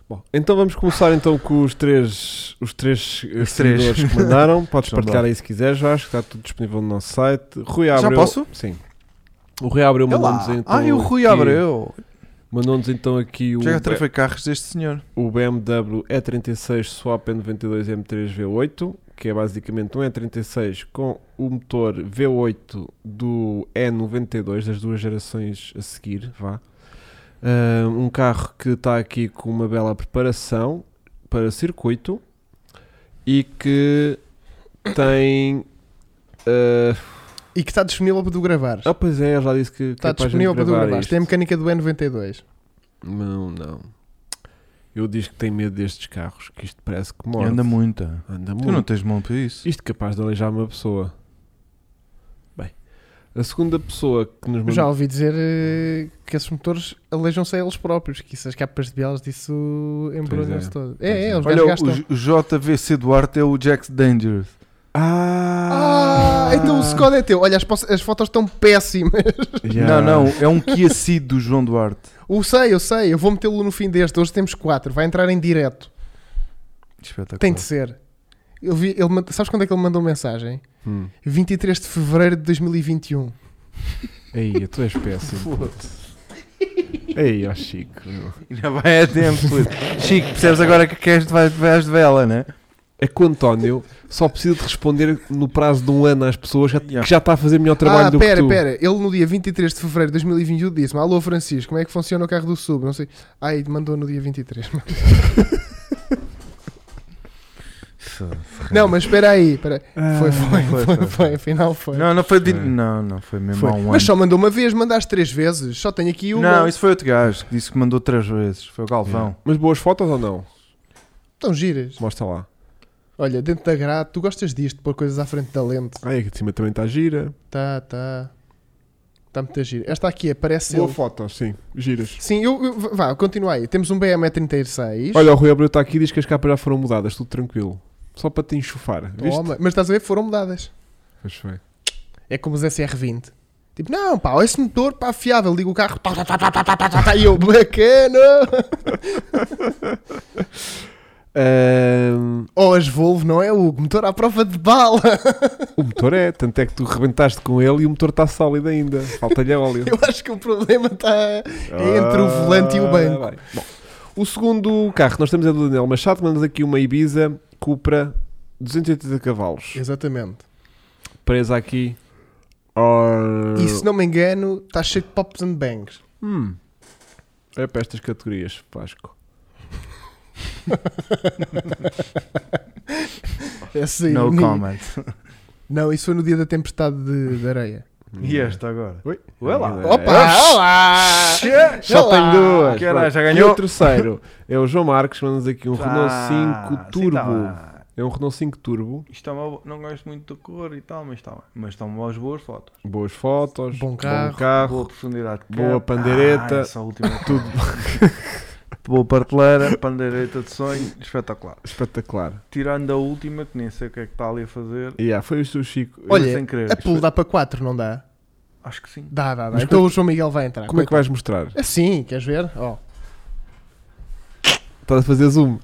Bom, então vamos começar então com os três, os três eh, Os três. seguidores que mandaram. Podes Então partilhar vá. aí se quiseres, acho que está tudo disponível no nosso site. Rui Já Abreu. posso? Sim. O Rui Abreu É lá. mandou-nos então. Ah, e o Rui aqui- Abreu. Mandou-nos então aqui o, Já é B- atrafei carros deste senhor. o BMW E36 Swap N92 M3 V8, que é basicamente um E36 com o motor V8 do E92, das duas gerações a seguir, vá. Ah, um carro que está aqui com uma bela preparação para circuito e que tem Ah, E que está disponível para tu gravares. ah, pois é, ele já disse que que Está é para a gente disponível para tu gravar gravares. isto. Tem a mecânica do N92. Não, não. Eu digo que tenho medo destes carros, que isto parece que morde. Anda muita. Anda Tu não muito. tens mão para isso. Isto capaz de aleijar uma pessoa. Bem, a segunda pessoa que nos Eu já mandou. ouvi dizer eh, que esses motores alejam-se a eles próprios, que isso, as capas de bielas disso embrulham-se é. todas. Pois É, é. é, eles Olha, o, gastam. o JVC Duarte é o Jack Dangerous. Ah! Ah, então o Skoda é teu. Olha, as, pos- as fotos estão péssimas. Já. Não, não, é um Kia Ceed do João Duarte. Eu sei, eu sei. Eu vou metê-lo no fim deste. Hoje temos quatro. Vai entrar em direto. Espetacular. Tem de ser. Eu vi, ele, mand- sabes quando é que ele mandou mensagem? Hum. 23 de fevereiro de 2021. Aí, tu és péssimo. Ei, ó Chico. meu. Ainda vai a tempo. puto. Chico, percebes agora que queres de vais- vais de vela, né? É que o António só precisa de responder no prazo de um ano às pessoas já- Yeah. que já está a fazer melhor trabalho ah, do pera, que tu. pera. Ele no dia 23 de fevereiro de 2021 disse-me: Alô Francisco, como é que funciona o carro do sub? Não sei. Ai, mandou no dia 23. Não, mas espera aí. Espera. aí. foi, foi, foi, foi, foi, foi, foi. Afinal foi. Não, não foi. De... Foi. Não, não, foi mesmo Foi. há um Mas ano. só mandou uma vez, mandaste três vezes. Só tenho aqui uma. Não, isso foi outro gajo que disse que mandou três vezes. Foi o Galvão. Mas boas fotos ou não? Estão giras. Mostra lá. Olha, dentro da grade, tu gostas disto, pôr coisas à frente da lente. Ai, aqui de cima também está gira. Tá, tá. Está muito a giro. Esta aqui aparece Boa ele. foto, sim. Giras. Sim, eu, eu- vá, continua aí. Temos um BM36. Olha, o Rui Abreu está aqui e diz que as capas já foram mudadas, tudo tranquilo. Só para te enxofar. Viste? Toma. mas estás a ver, foram mudadas. Pois foi. É como os SR20. Tipo, não, pá, esse motor, pá, fiável. Liga o carro, tá, tá, tá, tá, tá, tá, tá, tá, tá, e eu, bacana. Ahm, Ou as Volvo, não é, Hugo? Motor à prova de bala. o motor é, tanto é que tu rebentaste com ele e o motor está sólido ainda. Falta-lhe óleo. Eu acho que o problema tá está... é entre o volante e o banco. bem. Bom, o segundo carro que nós temos é do Daniel Machado, mandas aqui uma Ibiza Cupra 280 cavalos. Exatamente. Presa aqui. ao- E se não me engano, está cheio de pops and bangs. Hum. É para estas categorias, Vasco. Essa aí, No ni- comment. Não, isso foi no dia da tempestade de, de areia. E é. Hum. este agora? Oi? Olá. Opa! Só tenho duas. Caralho, já Pronto. ganhou. Ah, E o terceiro é o João Marques, manda-nos aqui um Renault 5 Turbo. assim Tá é um Renault 5 Turbo. Isto é uma bo- não gosto muito da cor e tal, mas está bem. Mas estão boas, boas fotos. Boas fotos. Bom carro. Boa profundidade. de Boa cap. pandeireta. Ah, essa última tudo. Boa parteleira, pandeireta de sonho, espetacular. Espetacular. Tirando a última, que nem sei o que é que está ali a fazer, Yeah, foi isto o Chico. Olha, Olha, sem querer. a pulo dá para 4, não dá? acho que sim. Dá, dá, dá. Mas então o João Miguel vai entrar. Como é que vais mostrar? vai? Assim, queres ver? Ó. Estás a fazer zoom?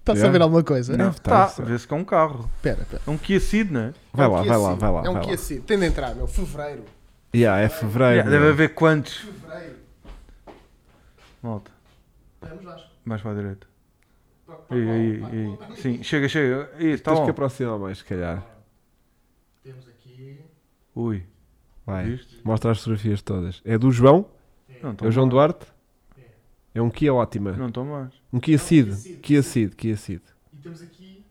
Estás a Yeah. ver alguma coisa? Não. Tá, tá. vê-se que é um carro. Espera, espera. É um Kia Ceed, não é? Vai É um lá, Kia vai lá, Ceed. vai lá. É um vai lá. Kia Ceed. Tem de entrar, meu. Fevereiro. Yeah, é fevereiro. Yeah, deve meu. haver quantos? Fevereiro. Malta, Vamos, Vasco. mais para a direita. Aí, aí, aí. Sim, chega, chega. Isso, tá Tens que bom. aproximar mais, se calhar. Temos aqui... Ui, Vai. viste? Mostra as fotografias todas. É do João? Não É o João estou Duarte? É um Kia ótima. Não estou mais. Um Kia Ceed. Kia Ceed, Kia Ceed. E temos aqui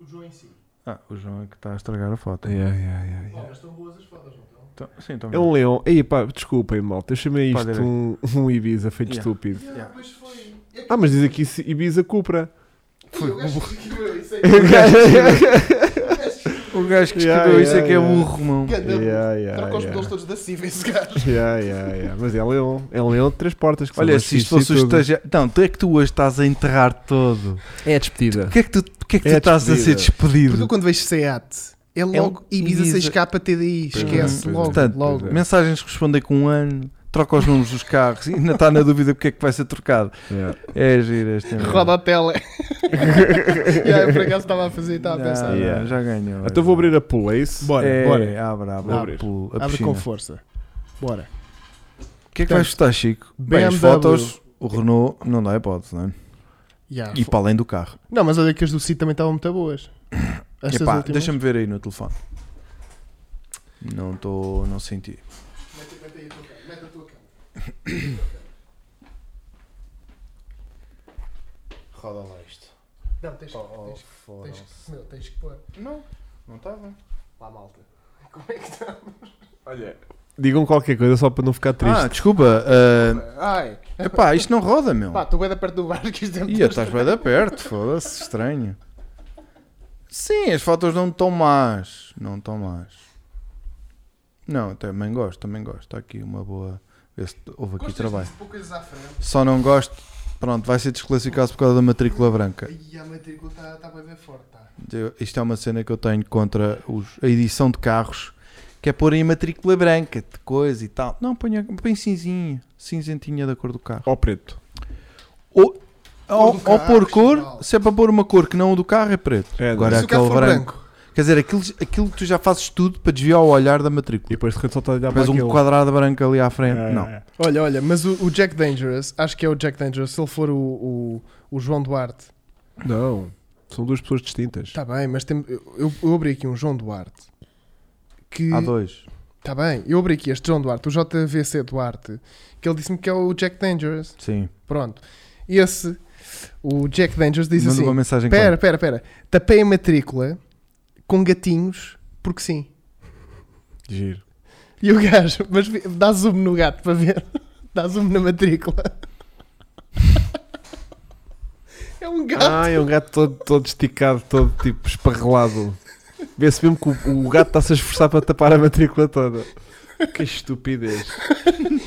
o João em si. Ah, o João é que está a estragar a foto. Yeah, yeah, yeah, yeah. mas estão boas as fotos, não estão? Então, sim, então. É um leão. Ei, pá, desculpem, malta. Eu chamei Pá, isto direito. um, um Ibiza feito Yeah. estúpido. Yeah. Pois foi. Ah, mas diz aqui Ibiza Cupra. Foi Eu acho que- meu, isso é aí- O gajo que escreveu Yeah, isso é yeah, que é yeah. burro, mano. Ganda- Yeah, yeah, Troca os yeah. modelos todos da CIV, esse gajo. Yeah, yeah, yeah. Mas é leão. É um leão de três portas. Que Olha, são se isto machistas fosse o e tudo. estagiário. Não, tu é que tu hoje estás a enterrar todo. É despedida. O que é que tu, porque é que É tu estás a ser despedida. despedido? Porque eu quando vejo SEAT, é logo um Ibiza Ibiza. 6K TDI, Pois é, pois esquece, é. logo, Hum, Portanto, logo. pois é. Mensagens que respondem com um ano, troca os nomes dos carros e ainda está na dúvida porque é que vai ser trocado. Yeah. É giro este amigo. Roda a tela. yeah, eu por acaso estava a fazer e estava tá a Não, pensar. é? não, Yeah. Ah, Já ganhou. Então vou abrir a pool, é isso? Bora, É, bora. Abre, abre, Vou abre, abrir. pulo, a Abre piscina. com força. Bora. O que é que vais gostar, Chico? Bem, as BMW. fotos, o Renault não dá hipótese, não é? Yeah, E fo- para além do carro. Não, mas olha que as do Cid também estavam muito boas. Estas Epá, últimas. deixa-me ver aí no telefone. Não estou, não senti. Roda lá isto. Não, tens, que- Oh, tens, oh, tens, foda-se. que- meu, tens que pôr. Não, não estava. Pá, malta. Como é que está? Olha, digam qualquer coisa só para não ficar triste. Ah, desculpa. ah, Ai. epá, isto não roda, meu. Pá, estou bem da perto do bar que isto é muito Ia, estás bem da perto, foda-se, estranho. Sim, as fotos não estão más. Não estão más. Não, eu também gosto, também gosto. Está aqui uma boa. Vê se houve aqui Gostas trabalho. disso? Pôr coisas à frente. Só não gosto. Pronto, vai ser desclassificado por causa da matrícula branca. E a matrícula está tá bem bem forte, tá? Eu- isto é uma cena que eu tenho contra os- a edição de carros, que é pôr em matrícula branca, de coisa e tal. Não, põe, põe cinzinha, cinzentinha da cor do carro. Ó preto. Ou, ou, É do ou carro, pôr cor, geral. se é para pôr uma cor que não o do carro, é preto. É, Agora E se o carro aquele for branco. branco? Quer dizer, aquilo, aquilo que tu já fazes tudo para desviar o olhar da E matrícula. depois de repente só está a olhar para Mas um aquele. quadrado branco ali à frente, É, não. é. Olha, olha, mas o, o Jack Dangerous, acho que é o Jack Dangerous, se ele for o, o, o João Duarte, Não. São duas pessoas distintas. está bem, mas tem, eu, eu- eu abri aqui um João Duarte que Há dois. está bem, eu abri aqui este João Duarte, o JVC Duarte, que ele disse-me que é o Jack Dangerous. Sim. Pronto. Esse, o Jack Dangerous diz Manda uma assim: mensagem então." Pera, clara. pera, pera, tapei a matrícula com gatinhos, porque sim. Giro. E o gajo, mas vi- dá zoom no gato para ver. Dá zoom na matrícula. É um gato. Ah, é um gato todo, todo esticado, todo tipo esparrelado. Vê-se mesmo que o, o gato está-se a esforçar para tapar a matrícula toda. Que estupidez.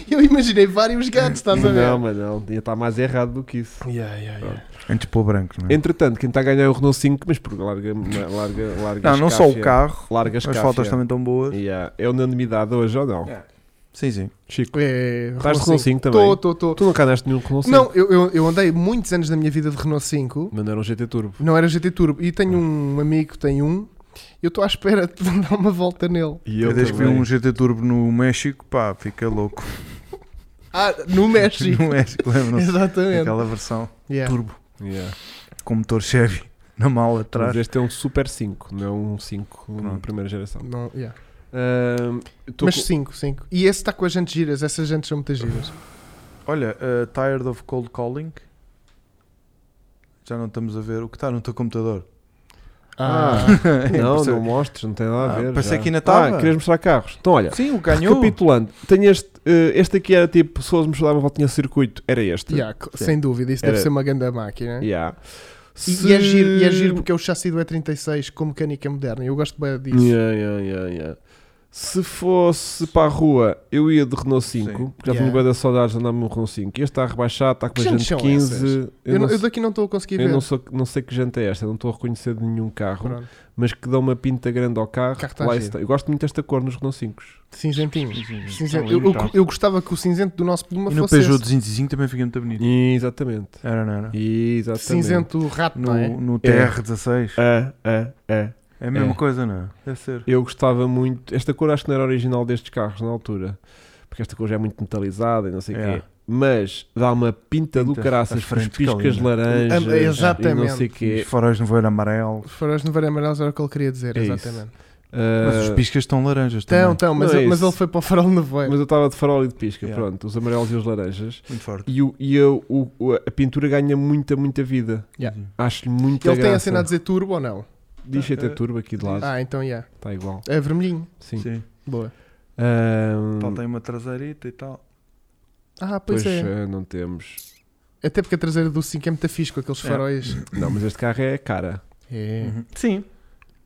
Eu imaginei vários gatos, estás a ver? Ah. Não, mas não. Ia estar mais errado do que isso. Yeah, yeah, yeah. Antes de pôr branco, não é? Entretanto, quem está a ganhar é o Renault 5, mas porque larga, larga, larga Não, não só o escáfia. carro. Larga As fotos também estão boas. Yeah. É unanimidade hoje ou não? É. Sim, sim. Chico, É, Estás de Renault 5 também? Estou, estou, tu estou. não ganhaste nenhum Renault 5. Não, eu, eu, eu andei muitos anos da minha vida de Renault 5, Mas não era um GT Turbo. não era GT Turbo. E tenho Hum. um amigo, que tem um, eu estou à espera de dar uma volta nele. E Eu desde que vi também. um GT Turbo no México, pá, fica louco. Ah, no México. No México, lembram-se Exatamente. É. daquela versão Yeah. turbo Yeah. com motor Chevy na mala Mas atrás. este é um Super 5, não é um 5 na Pronto. primeira geração. Não, yeah. Ahm, tô Mas com- 5, 5. E esse está com as jantes giras, essas jantes são muitas giras. Olha, uh, Tired of Cold Calling. Já não estamos a ver o que está no teu computador. Ah, não, Percebe? não mostres, não tem nada a Ah, ver. pensei já. que ainda estava. Ah, querias mostrar carros. Então, olha, Sim, o ganhou. recapitulando, tenho este, eh, este aqui era tipo, se eles me davam voltinha a circuito, era este. Yeah, cl- sem dúvida, isso Era- deve ser uma grande máquina. Yeah. E, Se- e é giro, e é giro porque é o chassi do E36 com mecânica moderna. Eu gosto bem disso. Yeah, yeah, yeah, yeah. Se fosse para a rua, eu ia de Renault 5, Sim. porque já Yeah. tenho bem da saudade de andar-me no Renault 5. Este está rebaixado, está com Que a jantes gente são 15. Eu, não- eu daqui não estou a conseguir Eu ver. não, sou, não sei que janta é esta, não estou a reconhecer de nenhum carro, Pronto. mas que dá uma pinta grande ao carro. O carro está lá giro. está. Eu gosto muito desta cor nos Renault 5. Cinzentinho. Então, Cinzen- Está Eu, eu- lindo, eu gostava que o cinzento do nosso pluma tá. E no fosse Peugeot esse. 205 também fica muito bonito. Exatamente. Era, não era? Exatamente. cinzento rato, No, não é? no TR16. É, é, é. É a mesma É. coisa, não é? Deve ser. Eu gostava muito. Esta cor acho que não era original destes carros na altura, porque esta cor já é muito metalizada e não sei o É. quê. Mas dá uma pinta, do Pinta. caraças, As com os frentes que piscas alinham. laranjas Ah, exatamente. e não sei o Os quê. faróis no voeiro amarelo. Os faróis de varão amarelos era o que ele queria dizer, É isso. exatamente. Eh, Mas Ah, os piscas estão laranjas Então, também. então, mas, Não é ele- mas isso. ele foi para o farol no voeiro. mas eu estava de farol e de pisca, Yeah. pronto, os amarelos e os laranjas. Muito forte. E, o, e eu- o- o- a pintura ganha muita, muita vida. Yeah. Acho-lhe muita Ele tem a é graça. cena a dizer turbo ou não? Diz GT Turbo aqui de lado. Ah, então, yeah. Está igual. É vermelhinho. Sim. Sim. Boa. Ahm, Tal tem uma traseirita e tal. Ah, pois, pois é. eh, não temos. Até porque a traseira do 5 é muito fixe com aqueles É. faróis. Não, mas este carro é cara. É. Uhum. Sim.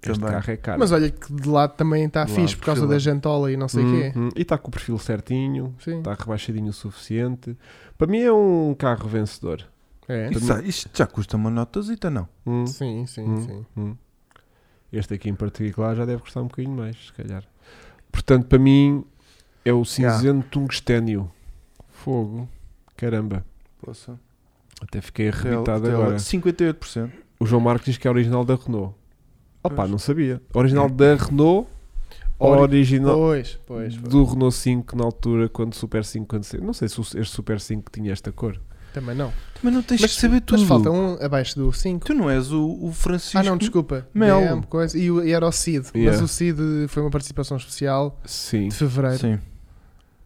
Este Também. carro é cara. Mas olha que de lado também está De fixe lado, por causa perfil. da jantola e não sei o quê. Uhum. E está com o perfil certinho, Sim. está rebaixadinho o suficiente. Para mim é um carro vencedor. É. Isso- isto já custa uma notazita, não? Hum, Sim, sim, hum, sim. hum. Este aqui em particular já deve custar um bocadinho mais, se calhar. Portanto, para mim é o cinzento tungstênio. Fogo. Caramba. Poça. Até fiquei Real- arrebitado real- agora. 58%. O João Marcos diz que é original da Renault. Opa, Pois. não sabia. Original da Renault ou Ori- original Pois, pois. pois. do Renault 5 na altura, quando o Super 5 quando saiu. Não sei se o- este Super 5 tinha esta cor. Também não. Mas não tens Mas, que saber tudo. mas falta um abaixo do 5. Tu não és o, o Francisco. Ah, não, desculpa. Mel. DM, coisa. E, o- e era o Cid. Yeah. Mas o Cid foi uma participação especial Sim. de fevereiro. Sim.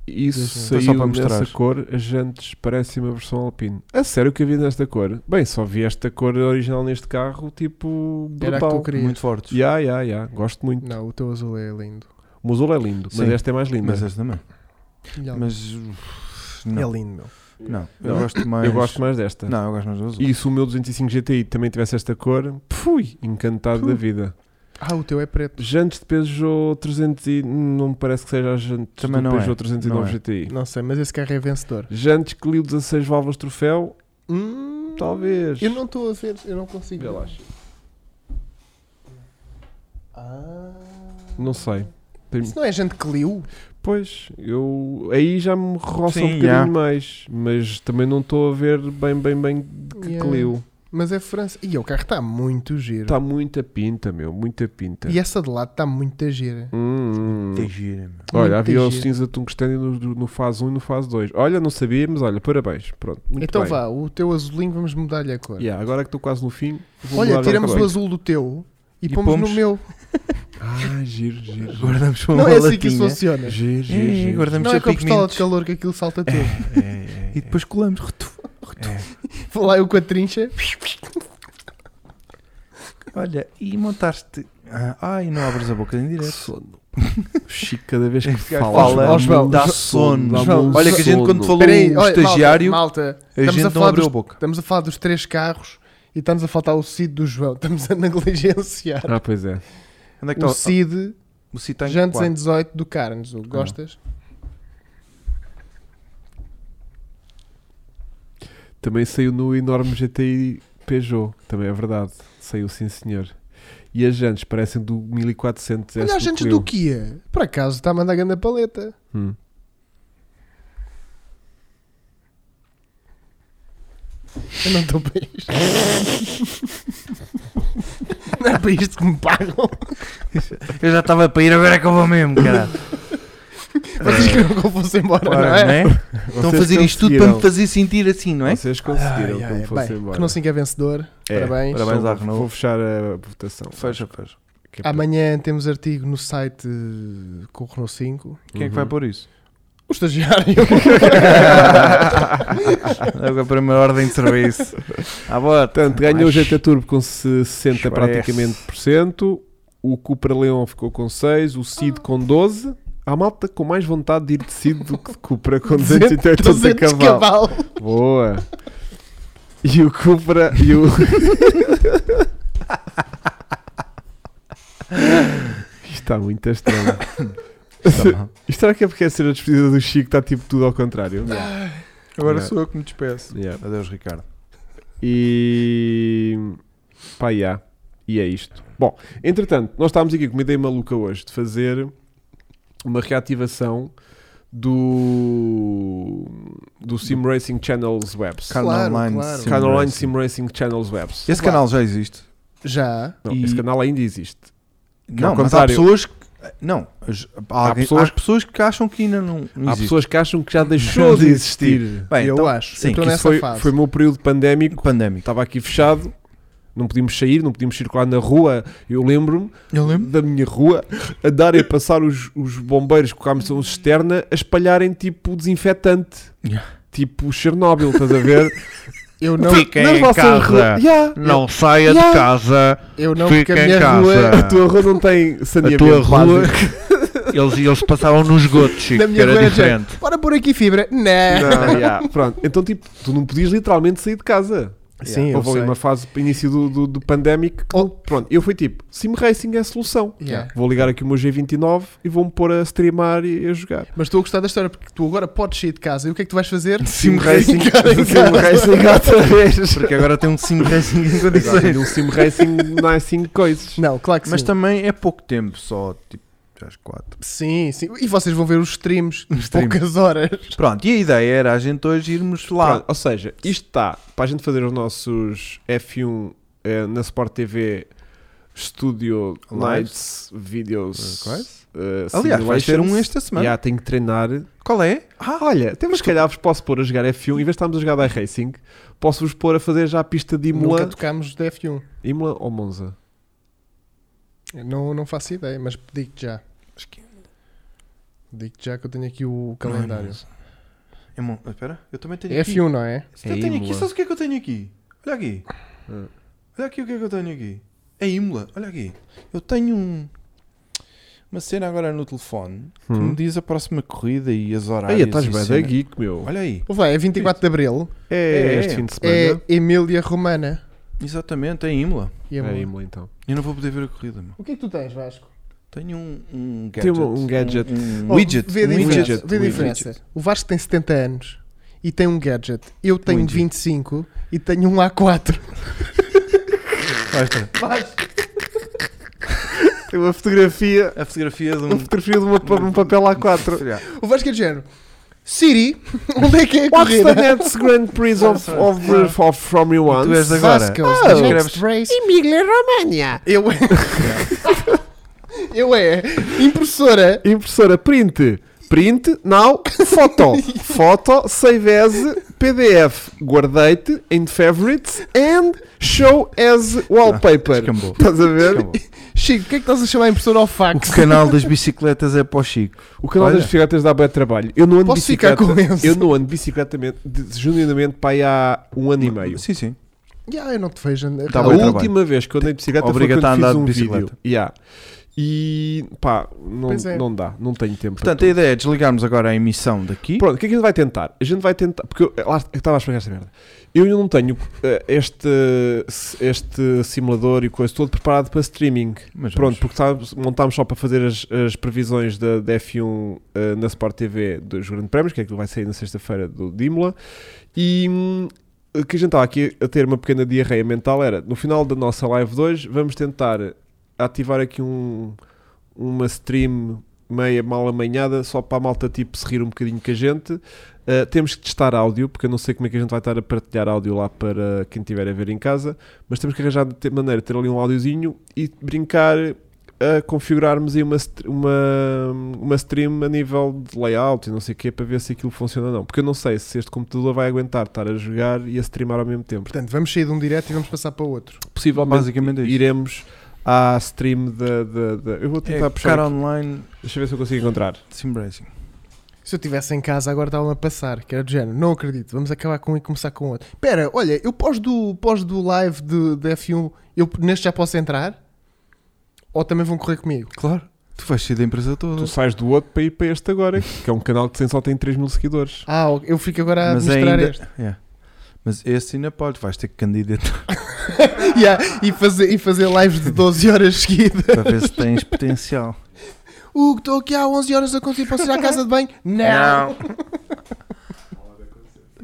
Isso Foi É só saiu para mostrar. nessa cor, as jantes parecem uma versão Alpine. A sério que havia nesta cor? Bem, só vi esta cor original neste carro, tipo, Era a que tu brutal. querias. Muito fortes. Ya, ya, ya, gosto muito. Não, o teu azul é lindo. O azul é lindo, mas Sim. esta é mais linda. Mas esta também. Melhor. Mas. uff, É Não, lindo, meu. não. Eu Não. gosto mais. Eu gosto mais desta. Não, eu gosto mais do azul. E se o meu 205 GTI também tivesse esta cor, fui encantado da vida. Ah, o teu é preto. Jantes de Peugeot 300 e não me parece que seja as jantes Também do não é, Peugeot 309 não é. GTI. Não sei, mas esse carro é vencedor. Jantes Clio 16 válvulas troféu, Hum, talvez. Eu não estou a ver, eu não consigo. Vê lá. Ah. Não sei. Tem- Isso não é gente que liu? Pois, eu aí já me roça um Sim, bocadinho já. mais, mas também não estou a ver bem, bem, bem de que Yeah. Clio. Mas é França. E o carro está muito giro. Tá Está muita pinta, meu, muita pinta. E essa de lado está muito gira. Hum, hum. Tem gira, meu. Olha, Muita havia o gira. cinza tungstênio no, no fase 1 e no fase 2. Olha, não sabia, mas olha, parabéns. Pronto, muito então bem. vá, o teu azulinho vamos mudar-lhe a cor. Yeah, agora que estou quase no fim, vou mudar Olha, a tiramos cor. o azul do teu e, E pomos, pomos- no meu. Ah, giro, giro. giro. Guardamos para uma Não é assim que latinha. isso funciona. Giro, giro, É, giro. guardamos Não é com sempre a pistola de pigmentos. calor que aquilo salta tudo. É, é, E depois colamos. Vou lá eu com a trincha. Olha, e montaste. Ah, ai, não abres a boca em é. Que direto. sono. Chico, cada vez que fala, fala, dá-me João, dá João, sono. João, dá-me um Olha que a gente sono. quando falou Peraí, o olha, malta, estagiário, Malta, a estamos gente a não falar abriu dos a boca. Estamos a falar dos três carros e estamos a faltar o Cid do João. Estamos a negligenciar. Ah, pois é. Onde é que O está? Cid, O Cid está em Jantes em quatro. 18 do Carnes. O Gostas? Também saiu no enorme GTI Peugeot, também é verdade. Saiu sim, senhor. E as jantes parecem do 1400 S Olha, do a gente Clio. do Kia. Por acaso está a mandar grande paleta. Hum. Eu não estou para isto. não é para isto que me pagam. Eu já estava para ir, agora é que eu vou mesmo, caralho. Vocês queriam que eu fosse embora, Ora, não é? não é? Estão a Vocês fazer isto tudo para conseguiram. me fazer sentir assim, não é? Vocês conseguiram Ai, como ai, bem, fosse embora. Renault 5 é vencedor. É, Parabéns. parabéns Então, à vou- Renault. Vou fechar a votação. Fecha, fecha. Que é para- Amanhã temos artigo no site eh, com o Renault 5. Quem é que vai pôr isso? O estagiário. Logo a primeira ordem de serviço. À bota. Portanto, ganhou o Mas- GT Turbo com 60 Esparece. praticamente por cento. O Cupra Leon ficou com 6, o Ah. Cid com 12. Há malta com mais vontade de ir de Cid do que de Cupra com 280 200 cavalos. cavalos. Boa! E o Cupra e o. Isto está muito estranho. Tá bom. Isto será que é porque é ser a despedida do Chico está tipo tudo ao contrário? Agora Yeah. sou eu que me despeço. Yeah. É. Adeus, Ricardo. E. pá, yeah. E é isto. Bom, entretanto, nós estávamos aqui com uma ideia maluca hoje de fazer uma reativação do. do Sim Racing Channels Webs. Canal Claro, Online claro. Sim é Canal Online Racing. Sim Racing Channels Webs. Esse canal já existe. Já. Não, E- Esse canal ainda existe. Que ao Não, mas há contrário. pessoas que. Não, as- é há, Há alguém- há pessoas- pessoas... que acham que ainda não, não Há existe. pessoas que acham que já deixou Não de existe. existir. Bem, eu então, acho. sim, eu estou que Isso nessa foi, fase. foi o meu período pandémico. pandémico. Estava aqui fechado, não podíamos sair, não podíamos circular na rua. Eu lembro-me Eu lembro. da minha rua a dar e passar os, os bombeiros com a missão externa a espalharem tipo desinfetante. Yeah. Tipo Chernobyl, estás a ver? Eu não, Fiquem Nas em vossas casa. ruas- Yeah. Não saia Yeah. de casa, eu não porque fica a em minha casa. rua A tua rua não tem A saneamento tua rua, básico. eles, eles passavam nos esgoto, Na Chico, minha que era rua era diferente. Bora pôr aqui fibra. Não. Ah, Não, yeah. Pronto, então tipo, tu não podias literalmente sair de casa. Sim, eu Houve ali sei. uma fase para início do, do, do pandémico. que Oh. não- Pronto, eu fui tipo, Sim Racing é a solução. Yeah. Vou ligar aqui o meu G29 e vou-me pôr a streamar e a jogar. Mas estou a gostar da história porque tu agora podes sair de casa e o que é que tu vais fazer? Sim Racing. Ficar em um Sim um casa. Racing outra vez. Porque agora tem um Sim Racing em Agora condições. tenho um Sim Racing não é assim coisas. Não, claro que Mas sim. também é pouco tempo, só tipo às quatro. Sim, sim. E vocês vão ver os streams em stream. poucas horas. Pronto, e a ideia era a gente hoje irmos lá. Pronto, ou seja, isto está para a gente fazer os nossos F1 eh, na Sport TV Studio Lives. Nights Videos. Quais? eh, Aliás, vai ser simulations. um esta semana. Já, tenho que treinar. Qual é? Ah, olha, temos se calhar vos posso pôr a jogar F1, em vez de estarmos a jogar da Racing, posso-vos pôr a fazer já a pista de Nunca Imola, tocámos um. de F1. Imola ou Monza? Não, não faço ideia, mas digo já. Digo já que eu tenho aqui o calendário. É mon- Espera, eu também tenho aqui. F1, não é? Eu É tenho Imola. aqui, sabes o que é que eu tenho aqui? Olha aqui. Ah. Olha aqui o que é que eu tenho aqui. É Imola, olha aqui. Eu tenho um- uma cena agora no telefone que Hum. me diz a próxima corrida e as horários. Aí, estás e bem da cena. geek, meu. Ah, Olha aí, Ou vai, é 24 de Abril. É, É, este fim de semana. É Emília Romana. exatamente, é Imola. E É, a é Moura. Imola, então. Eu não vou poder ver a corrida, meu. O que é que tu tens, Vasco? Tenho um, um gadget. Tem um- um gadget. Um, um Oh, widget. Vê a um diferença. widget, vê a um diferença. O Vasco tem 70 anos e tem um gadget. Eu tenho 25 e tenho um A4. Basta. Tem uma fotografia, A fotografia de um... uma fotografia de uma, um papel A4. O Vasco é de género. Siri, onde é que é a What's the corrida? next Grand Prix of, of, of, Formula Tu 1? és agora. Vasco, Ah, the escreves- next race. Emília Romagna. Eu é. Eu é impressora. Impressora print. Print, now, foto. foto, save as, PDF. Guardei-te in favorites and show as wallpaper. Ah, Descambou. Estás a ver? Descambou. Chico, o que é que estás a chamar impressora ao fax? O canal das bicicletas é para o Chico. O canal Olha. das bicicletas dá bem trabalho. Eu não ando Posso ficar bicicleta. com esse? eu não ando bicicleta me- de- genuinamente para aí há um ano e meio. Sim, sim. Ya, eu não te vejo. andar. Tá a bom última trabalho. vez que eu andei de bicicleta Obriga-te foi a quando fiz andar de um vídeo. bicicleta. Yeah. E pá, não, Pois é. não dá, não tenho tempo. para Portanto, a ideia é desligarmos agora a emissão daqui. Pronto, o que é que a gente vai tentar? A gente vai tentar. Porque eu eu lá- eu estava a explicar esta merda. Eu ainda não tenho eh, este, este simulador e coisa todo preparado para streaming. Mas Pronto, vamos. porque tá- montámos só para fazer as, as previsões da, da F1 eh, na Sport TV dos Grandes Prémios, que é que vai sair na sexta-feira do Dímola. E hum, o que a gente estava aqui a ter uma pequena diarreia mental era no final da nossa live de hoje, vamos tentar ativar aqui um, uma stream meia mal amanhada só para a malta tipo se rir um bocadinho com a gente. Uh, temos que testar áudio, porque eu não sei como é que a gente vai estar a partilhar áudio lá para quem estiver a ver em casa, mas temos que arranjar de ter- maneira de ter ali um áudiozinho e brincar a configurarmos aí uma, str- uma, uma stream a nível de layout e não sei o que para ver se aquilo funciona ou não. Porque eu não sei se este computador vai aguentar estar a jogar e a streamar ao mesmo tempo. Portanto, vamos sair de um direto e vamos passar para outro. Possivelmente Basicamente é isto. iremos à stream da. da- da- Eu vou tentar É puxar. buscar aqui. online Deixa eu ver se eu consigo encontrar. Simbracing. Se eu estivesse em casa, agora estava-me a passar, que era do género. Não acredito, vamos acabar com um e começar com outro. Pera, olha, eu pós do, pós do live de, de F1, eu neste já posso entrar? Ou também vão correr comigo? Claro. Tu vais sair da empresa toda. Tu sais do outro para ir para este agora, que é um canal que tem- só tem 3 mil seguidores. Ah, ok, eu fico agora a Mas administrar ainda- este. É. Mas esse ainda pode. Vais ter que candidatar Ya, e, fazer, e fazer lives de 12 horas seguidas. para ver se tens potencial. Hugo, estou aqui há 11 horas a conseguir passar à casa de banho? Não!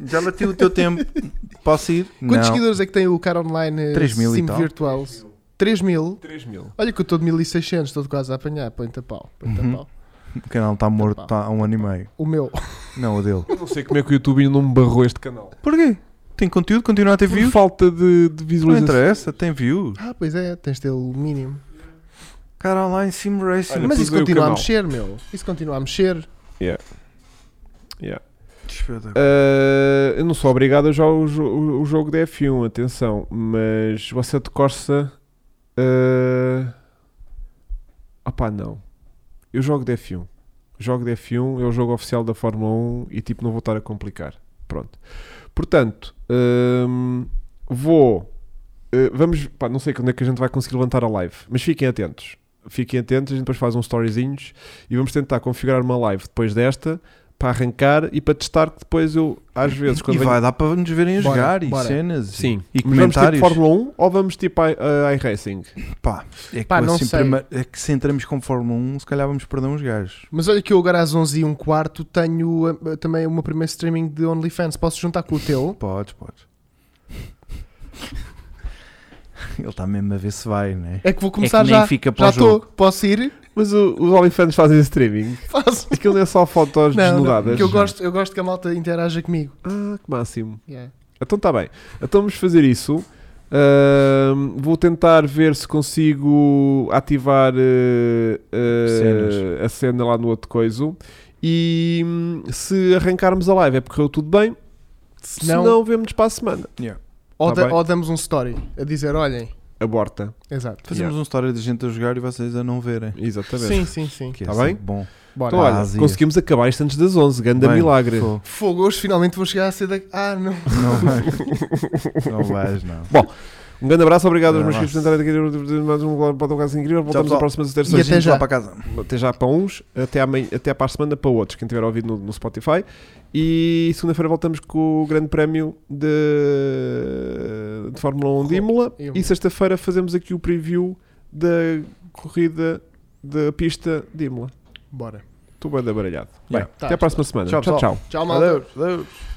Já bati o teu tempo. Posso ir? Quantos não. seguidores é que tem o cara online? eh, 3 mil e Sim tal. virtual? 3 mil? 3 mil. Olha que eu estou de 1600, estou quase a apanhar. Põe-te a pau, põe-te a Uhum. pau. O canal está morto Tá tá há um ano e meio. O meu. Não, o dele. Eu não sei como é que o YouTube ainda não me barrou este canal. Porquê? Tem conteúdo, continua a ter Por views. falta de, de Não visualização. interessa, tem views. Ah, pois é, tens de ter o mínimo. Cara online Sim Racing. Olha, Mas isso pus aí o continua a canal. mexer, meu. Isso continua a mexer. Espetáculo. Ah, eu não sou obrigado a jogar o, jo- o- o jogo da F1, atenção, mas você de Corsa. ah, Opá, não. Eu jogo de F1. Jogo de F1 é o jogo oficial da Fórmula 1 e tipo, não vou estar a complicar. Pronto. Portanto, hum, vou. eh, vamos. pá, não sei quando é que a gente vai conseguir levantar a live, mas fiquem atentos. Fiquem atentos, a gente depois faz uns storyzinhos e vamos tentar configurar uma live depois desta para arrancar e para testar que depois eu, às vezes, quando e venho- vai dar para nos verem a Bora, jogar e bora. cenas e- Sim. Mas vamos e tipo comentários. Fórmula 1 ou vamos tipo i- a iRacing? Pá, é que, Pá, não assim, sei. prima- é que se entramos com Fórmula 1, se calhar vamos perder uns gajos. Mas olha que eu agora às 11 e um quarto tenho eh, também o meu primeiro streaming de OnlyFans. Posso juntar com o teu? Podes, podes. Ele está mesmo a ver se vai, né? É que vou começar que nem já. fica para já o jogo. Posso ir? Mas o- os OnlyFans fazem streaming. Faço. Aquilo não é só fotos Não, não, desnudadas. porque eu gosto, eu gosto que a malta interaja comigo. Ah, que máximo. Yeah. Então está bem. Então vamos fazer isso. Ahm, vou tentar ver se consigo ativar eh, eh, Cenas. a cena lá no outro coiso. E hum, se arrancarmos a live é porque correu tudo bem. Se não- não, vemos para a semana. Ou, Tá da- bem. ou damos um story a dizer: olhem, aborta. Exato. Fazemos um story de gente a jogar e vocês a não verem. Exatamente. Sim, sim, sim. Que é Tá sempre bem? bom. Bora. Então, olha, Ásia. conseguimos acabar isto antes das 11. Ganda Bem, milagre. fô, Fogo, hoje finalmente vou chegar a ser da... Ah, não. Não vais. não vais, não. Um grande abraço, obrigado aos Um meus abraço. inscritos por entrarem aqui. Mais um podcast incrível. Voltamos pessoal. na próxima E terça até já. Lá para casa. até já para uns, até, amanhã, até para a semana para outros, quem tiver ouvido no, no Spotify. E segunda-feira voltamos com o Grande Prémio de, de Fórmula 1 de Imola. Imola. E sexta-feira fazemos aqui o preview da corrida da pista de Imola. Bora. Estou bem baralhado. Bem, Yeah. até à próxima semana. Tchau, tchau. pessoal. tchau. Tchau, malta. Adeus, adeus.